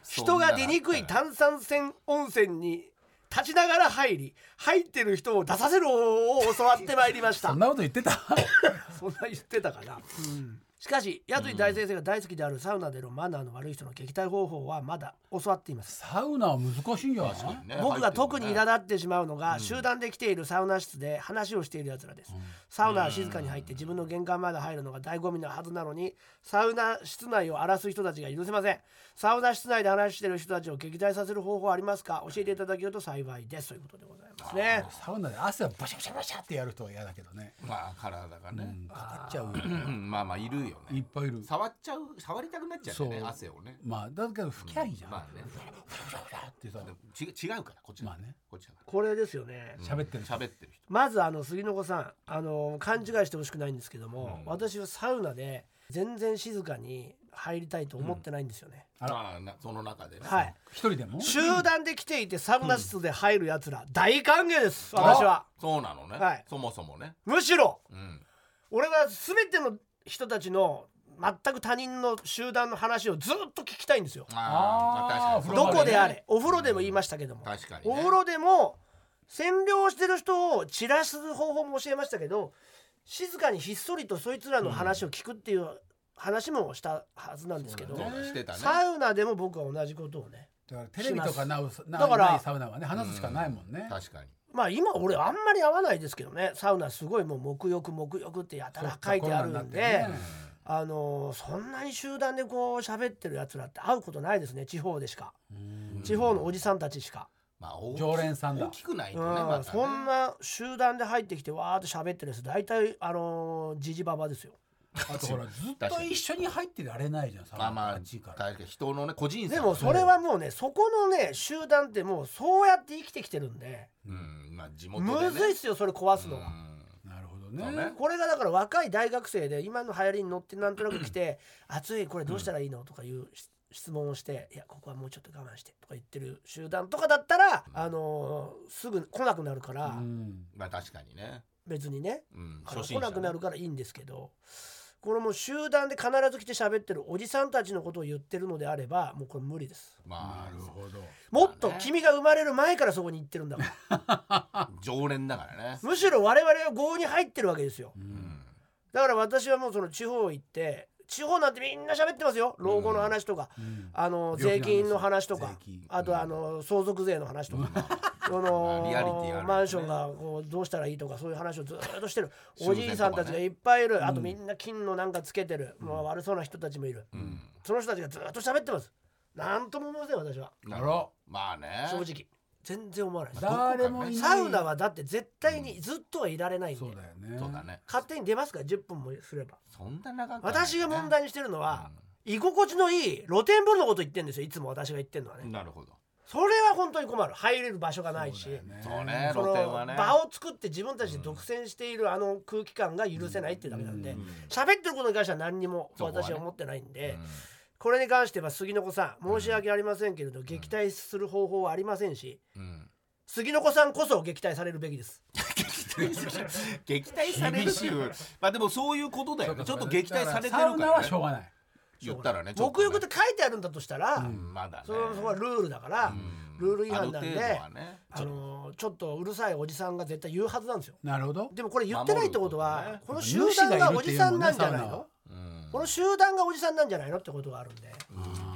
S1: 人が出にくい炭酸泉温泉に立ちながら入り入ってる人を出させる方法を教わってまいりました
S3: そんなこと言ってた。
S1: そんな言ってたかな。しかし、やつい大先生が大好きであるサウナでのマナーの悪い人の撃退方法はまだ教わっています。
S3: サウナは難しいんじゃない。
S2: ね
S1: 僕が特に苛
S2: だ
S1: 立ってしまうのが、集団で来ているサウナ室で話をしているやつらです。サウナは静かに入って自分の玄関まで入るのが醍醐味なはずなのに、サウナ室内を荒らす人たちが許せません。サウナ室内で話している人たちを撃退させる方法はありますか教えていただけると幸いです。ということでございますね。
S3: サウナで汗をバシャバシャバシャってやると嫌だけどね。
S2: まあ体がね、
S3: うん、かかっちゃうよ。
S2: うんまあまあいるよ
S3: い
S2: ね
S3: っぱいいる。
S2: 触っちゃう触りたくなっちゃうんだよね
S3: そう
S2: 汗をね
S3: まあだけど吹きゃいいじゃん。
S2: まあね
S3: ふらふらふらってさ
S2: でもち違うからこっちだ
S3: まあね
S2: こっちだから
S1: これですよね。
S3: 喋ってる人。
S2: 喋ってる人
S1: まずあの杉の子さんあの勘違いしてほしくないんですけども、
S2: うん
S1: 私はサウナで全然静かに入りたいと思ってないんですよね、
S3: あら
S2: まあなその中でね
S1: はい
S3: 一人でも。
S1: 集団で来ていてサウナ室で入るやつら、大歓迎です私は
S2: そうなのね、
S1: はい
S2: そもそもね
S1: むしろ
S2: うん
S1: 俺は全ての人たちの全く他人の集団の話をずっと聞きたいんですよ
S2: まあま
S3: あー
S2: あ確かに
S3: 風
S1: ど
S3: 呂場
S1: こであ
S2: ね
S1: れお風呂でも言いましたけども、
S2: 確かにね
S1: お風呂でも占領してる人を散らす方法も教えましたけど静かにひっそりとそいつらの話を聞くっていう話もしたはずなんですけど、
S2: そうだしてたね
S1: サウナでも僕は同じことをね
S3: だからテレビとかなうな
S1: だから
S3: ないサウナはね話すしかないもんね。
S2: 確かに
S1: まあ今俺あんまり合わないですけどねサウナすごいもう黙浴黙浴ってやた
S3: そっ
S1: ら
S3: か
S1: 書いてある
S3: コロナ
S1: ん
S3: に
S1: で、
S3: なってね
S1: あのーそんなに集団でこう喋ってるやつらって会うことないですね地方でしか地方のおじさんたちしか、
S2: まあ大き
S3: 常連さんだ
S2: 大きくないと
S1: う
S2: ね
S1: ん
S2: またね
S1: そんな集団で入ってきてわーって喋ってるやつ大体あのーじじばばですよ
S3: あとほらずっ
S2: 確
S3: と
S2: かに
S3: 一緒に入ってられないじゃんサウ
S2: ま
S3: ナ
S2: あまあ
S3: 暑い
S2: 確
S3: から
S2: かに人のね個人差
S1: でもそれはもうねそこのね集団ってもうそうやって生きてきてるんで
S2: うんまあ地元でね
S1: むずいっすよそれ壊すの
S2: う
S1: が。
S2: ん
S3: なるほど
S2: そう
S3: ね
S2: ね。
S1: これがだから若い大学生で今の流行りに乗ってなんとなく来て「暑いこれどうしたらいいの?」とかいうし質問をして「いやここはもうちょっと我慢して」とか言ってる集団とかだったら、あのーすぐ来なくなるか
S3: う
S1: ら、
S3: ん
S2: まあ確かにね
S1: 別にね
S2: うん
S1: あの
S2: 初
S1: 来
S2: 心者
S1: なくな
S2: ね
S1: るからいいんですけどこれもう集団で必ず来て喋ってるおじさんたちのことを言ってるのであればもうこれ無理です。
S2: ま
S3: なるほど。
S1: もっと君が生まれる前からそこに行ってるんだ
S2: [laughs]
S1: から
S2: あ常連だからね
S1: むしろ我々は合に入ってるわけですよ。
S2: うん
S1: だから私はもうその地方行って地方なんてみんな喋ってますよ老後の話とか、
S3: ん
S1: あの税
S3: 病気の話
S1: 金の話とか
S3: 税金
S1: あとあの相続税の話とか、そ
S2: まあ
S1: の
S2: リアリティあるよね
S1: マンションがこうどうしたらいいとかそういう話をずっとしてるおじいさんたちがいっぱいいるあとみんな金のなんかつけてる、まあ、悪そうな人たちもいる、その人たちがずっと喋ってますなんとも思いません私は
S3: あら
S2: まあね
S1: 正直全然思わないです
S3: 誰もいない。
S1: サウナはだって絶対にずっとはいられないんで、
S3: そうだよね。
S2: そうだね
S1: 勝手に出ますから10分もすれば。
S2: そんな長くはないね
S1: 私が問題にしてるのは、居心地のいい露天風呂のこと言ってんですよいつも私が言ってるのはね、
S2: なるほど
S1: それは本当に困る入れる場所がないし
S3: そうだよね
S2: そうね
S1: その
S2: 露天はね
S1: 場を作って自分たちで独占しているあの空気感が許せないっていうだけなんで喋ってることに関しては何にも
S2: そこはね
S1: 私は思ってないんで、これに関しては杉の子さん申し訳ありませんけれど撃退する方法はありませんし
S2: うん
S1: 杉の子さんこそ撃退されるべきです
S2: 撃退されるしまあでもそういうことだよねちょっと撃退されてる
S3: サウナ
S2: か
S3: は
S2: ら
S3: しょ
S2: ね
S3: うがない。
S2: 言ったらねちょっと
S1: 沐
S2: ね
S1: 浴って書いてあるんだとしたら、
S2: うんまだね
S1: そのそこはルールだから、ルール違反なんで
S2: ある程度はね
S1: あのーちょっとうるさいおじさんが絶対言うはずなんですよ
S3: なるほど。
S1: でもこれ言ってないってことは
S2: 守る
S1: この集団がおじさんなんじゃない
S3: 主がいるっていうもんねサウナ
S1: の
S3: は
S2: うん
S1: この集団がおじさんなんじゃないのってことがあるんで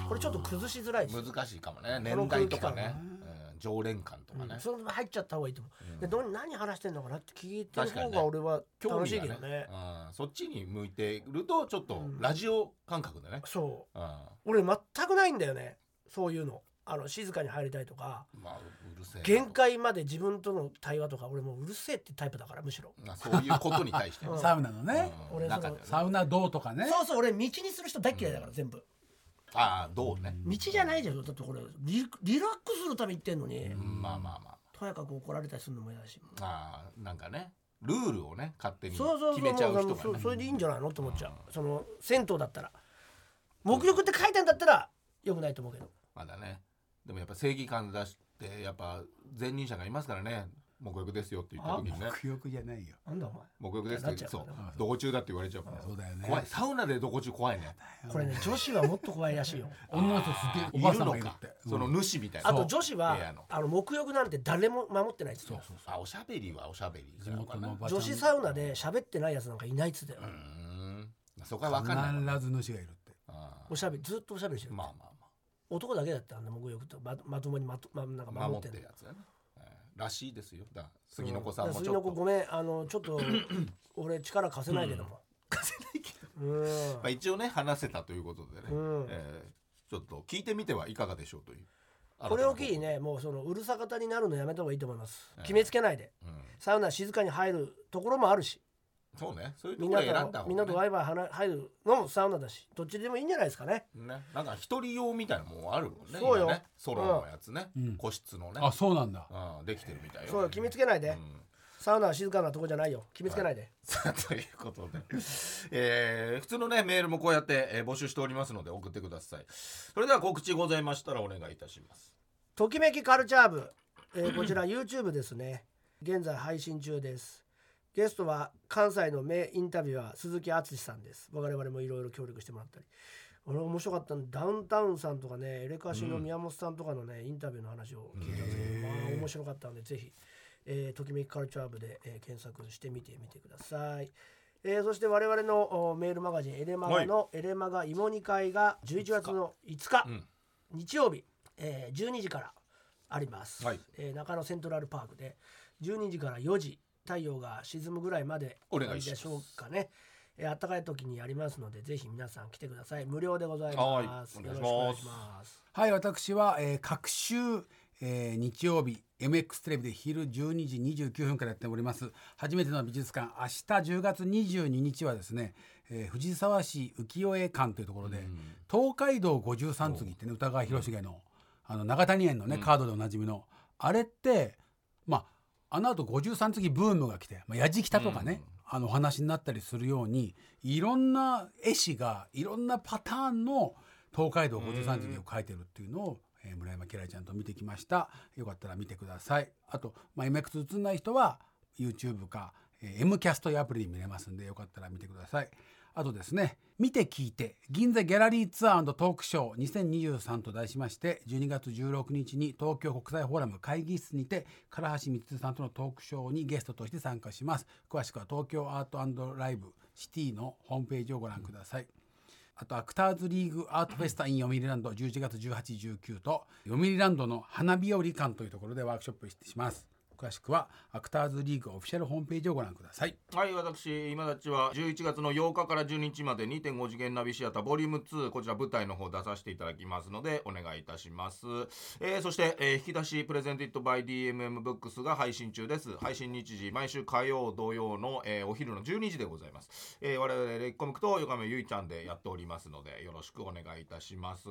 S1: これちょっと崩しづらいです
S2: 難しいかもね
S1: この
S2: 年
S1: 空
S2: 代
S1: 気
S2: とかね
S1: 感
S2: うん常連感とかね
S1: そのまま入っちゃった方がいいと思う、でどう何話してんのかなって聞いてる
S2: 確か
S1: 方
S2: に
S1: が
S2: ね
S1: 俺は
S2: 興
S1: 楽
S2: 味
S1: しい
S2: が
S1: け
S2: ね
S1: どね
S2: うんそっちに向いてるとちょっとラジオ感覚でね
S1: そう
S2: うん
S1: 俺全くないんだよねそういうのあの静かに入りたいとか
S2: まあうるせえなと
S1: 限界まで自分との対話とか俺もううるせえってタイプだからむしろ、
S2: まあそういうことに対してね
S3: サウナのね。
S2: うん
S1: 俺その
S2: 中でね
S3: サウナ道とかね。
S1: そうそう俺道にする人大っ嫌いだから、全部
S2: ああどうね
S1: 道じゃないじゃんだってこれリリラックスするために行ってんのに、
S2: うんまあまあまあ
S1: とやかく怒られたりするのも嫌だし、
S2: あーなんかねルールをね勝手に
S1: そうそうそう
S2: 決めちゃう
S1: も
S2: 人
S1: う
S2: が
S1: そ
S2: ね
S1: それでいいんじゃないのって思っちゃう、その銭湯だったら沐浴って書いてんだったらよくないと思うけど
S2: まだねでもやっぱ正義感出してやっぱ前任者がいますからね目浴ですよって言った時にね
S3: 沐浴じゃないよ。
S1: なんだお前
S2: 目浴ですって言って
S1: な
S2: そ
S1: っちゃうか
S2: うどこ中だって言われちゃうから
S3: そうだよね
S2: 怖いサウナでどこ中怖いね
S1: これね女子はもっと怖いらしいよ
S3: 女の人すげえお
S2: い
S3: ばあ
S2: る
S3: さん
S2: の
S3: がいるっ
S2: か
S3: て。
S2: [laughs] その主みたいな
S1: あと女子は
S2: 部屋の
S1: あの沐浴なんて誰も守ってないっつってた
S2: あおしゃべりはおしゃべり
S3: 地元のおばあちゃん
S1: 女子サウナで喋ってないやつなんかいないっつってたよ、
S2: うーんまあそこは分かんないな
S3: 必ず主がいるって。
S2: あ
S1: おしゃべりずっとおしゃべりして
S2: ー
S1: る、
S2: まあまあ
S1: 男だけだったあんな沐浴とままともにまと、ま、なんか
S2: まあ
S1: 守っ
S2: 守
S1: てん
S2: って
S1: の
S2: るやつだねえーらしいですよだから杉の子さん
S1: だか
S2: も
S1: ら
S2: ち
S1: 杉
S2: ょ
S1: の
S2: っ
S1: 子
S2: と
S1: ごめんあのちょっ
S2: [clears throat]
S1: と俺力貸せないけども、貸せない
S2: まあ一応ね話せたということでね
S1: うん
S2: えーちょっと聞いてみてはいかがでしょうという
S1: これを機に
S2: ね
S1: ねもうそのうるさ方になるのやめた方がいいと思います、決めつけないでサウナ静かに入るところもあるし
S2: そうねそういうと
S1: み
S2: こ
S1: ん
S2: ろ
S1: な
S2: 選
S1: と
S2: んだ方が、ね、
S1: みんなとワイワイ話入るのもサウナだしどっちでもいいんじゃないですかね
S2: ね、なんか一人用みたいなのもあるもんね。
S1: そうよ
S2: 今ねソロのやつね、
S3: ん
S2: 個室のね、
S3: あ、そうなんだ。
S2: うん、できてるみたいよ。
S1: そうよ決めつけないで、
S2: ん [laughs]
S1: サウナは静かなとこじゃないよ決めつけないで、
S2: さあということで、えー普通のねメールもこうやって、えー募集しておりますので送ってください。それでは告知ございましたらお願いいたします。
S1: ときめきカルチャー部、えーこちら YouTube ですね現在配信中ですゲストは関西の名インタビュアー鈴木敦さんです我々もいろいろ協力してもらったり俺面白かったのダウンタウンさんとかねエレカシの宮本さんとかのね、インタビューの話を聞いたんですけど、まあ面白かったのでぜひえーときめきカルチャー部で、えー検索してみてみてください。えーそして我々のおメールマガジンエレマガのエレマガ芋煮会が11月の5日、
S4: ん
S1: 日曜日、えー12時からあります、
S4: はい
S1: えー中野セントラルパークで12時から4時太陽が沈むぐらいまで
S4: お願いします
S1: でしょうかねえー、暖かい時にやりますのでぜひ皆さん来てください無料でございます
S4: はいお願いします
S1: よろくお願いします
S3: はい、私は、えー、各週、えー日曜日 MX テレビで昼12時29分からやっております初めての美術館明日10月22日はですね、えー藤沢市浮世絵館というところで、東海道五十三次ってね歌川広重のあの永谷園のね、カードでおなじみのあれってまああの後53次ブームが来て、まあ、やじきたとかね、あのお話になったりするようにいろんな絵師がいろんなパターンの東海道53次を描いてるっていうのを、えー村山輝星ちゃんと見てきましたよかったら見てくださいあと、まあ、MX 映んない人は YouTube か、えー M キャストやアプリで見れますんでよかったら見てくださいあとですね「見て聞いて銀座ギャラリーツアートークショー2023」と題しまして12月16日に東京国際フォーラム会議室にて唐橋光さんとのトークショーにゲストとして参加します詳しくは東京アートライブシティのホームページをご覧ください、あとアクターズリーグアートフェスタ in 読売ランド11月1819と読売ランドの花火折館というところでワークショップします詳しくはアクターズリーグオフィシャルホームページをご覧ください
S2: はい、私、今立ちは11月の8日から12日まで2.5次元ナビシアターボリューム2、こちら舞台の方出させていただきますので、お願いいたします。えーそして、えー引き出し、プレゼンティットバイ DMM ブックスが配信中です。配信日時、毎週火曜、土曜の、えーお昼の12時でございます。えー我々、レッコムクとヨガメゆいちゃんでやっておりますので、よろしくお願いいたします。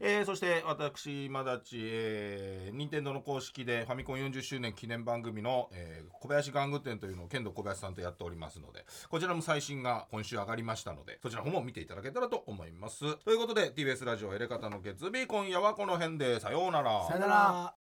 S2: えーそして、私、今立ち、えー、任天堂の公式でファミコン40周年記念番組の、えー小林玩具店というのを剣道小林さんとやっておりますので、こちらも最新が今週上がりましたので、そちらの方も見ていただけたらと思います。ということで、TBS ラジオエレカタの月日、今夜はこの辺で、さようなら。
S1: さよなら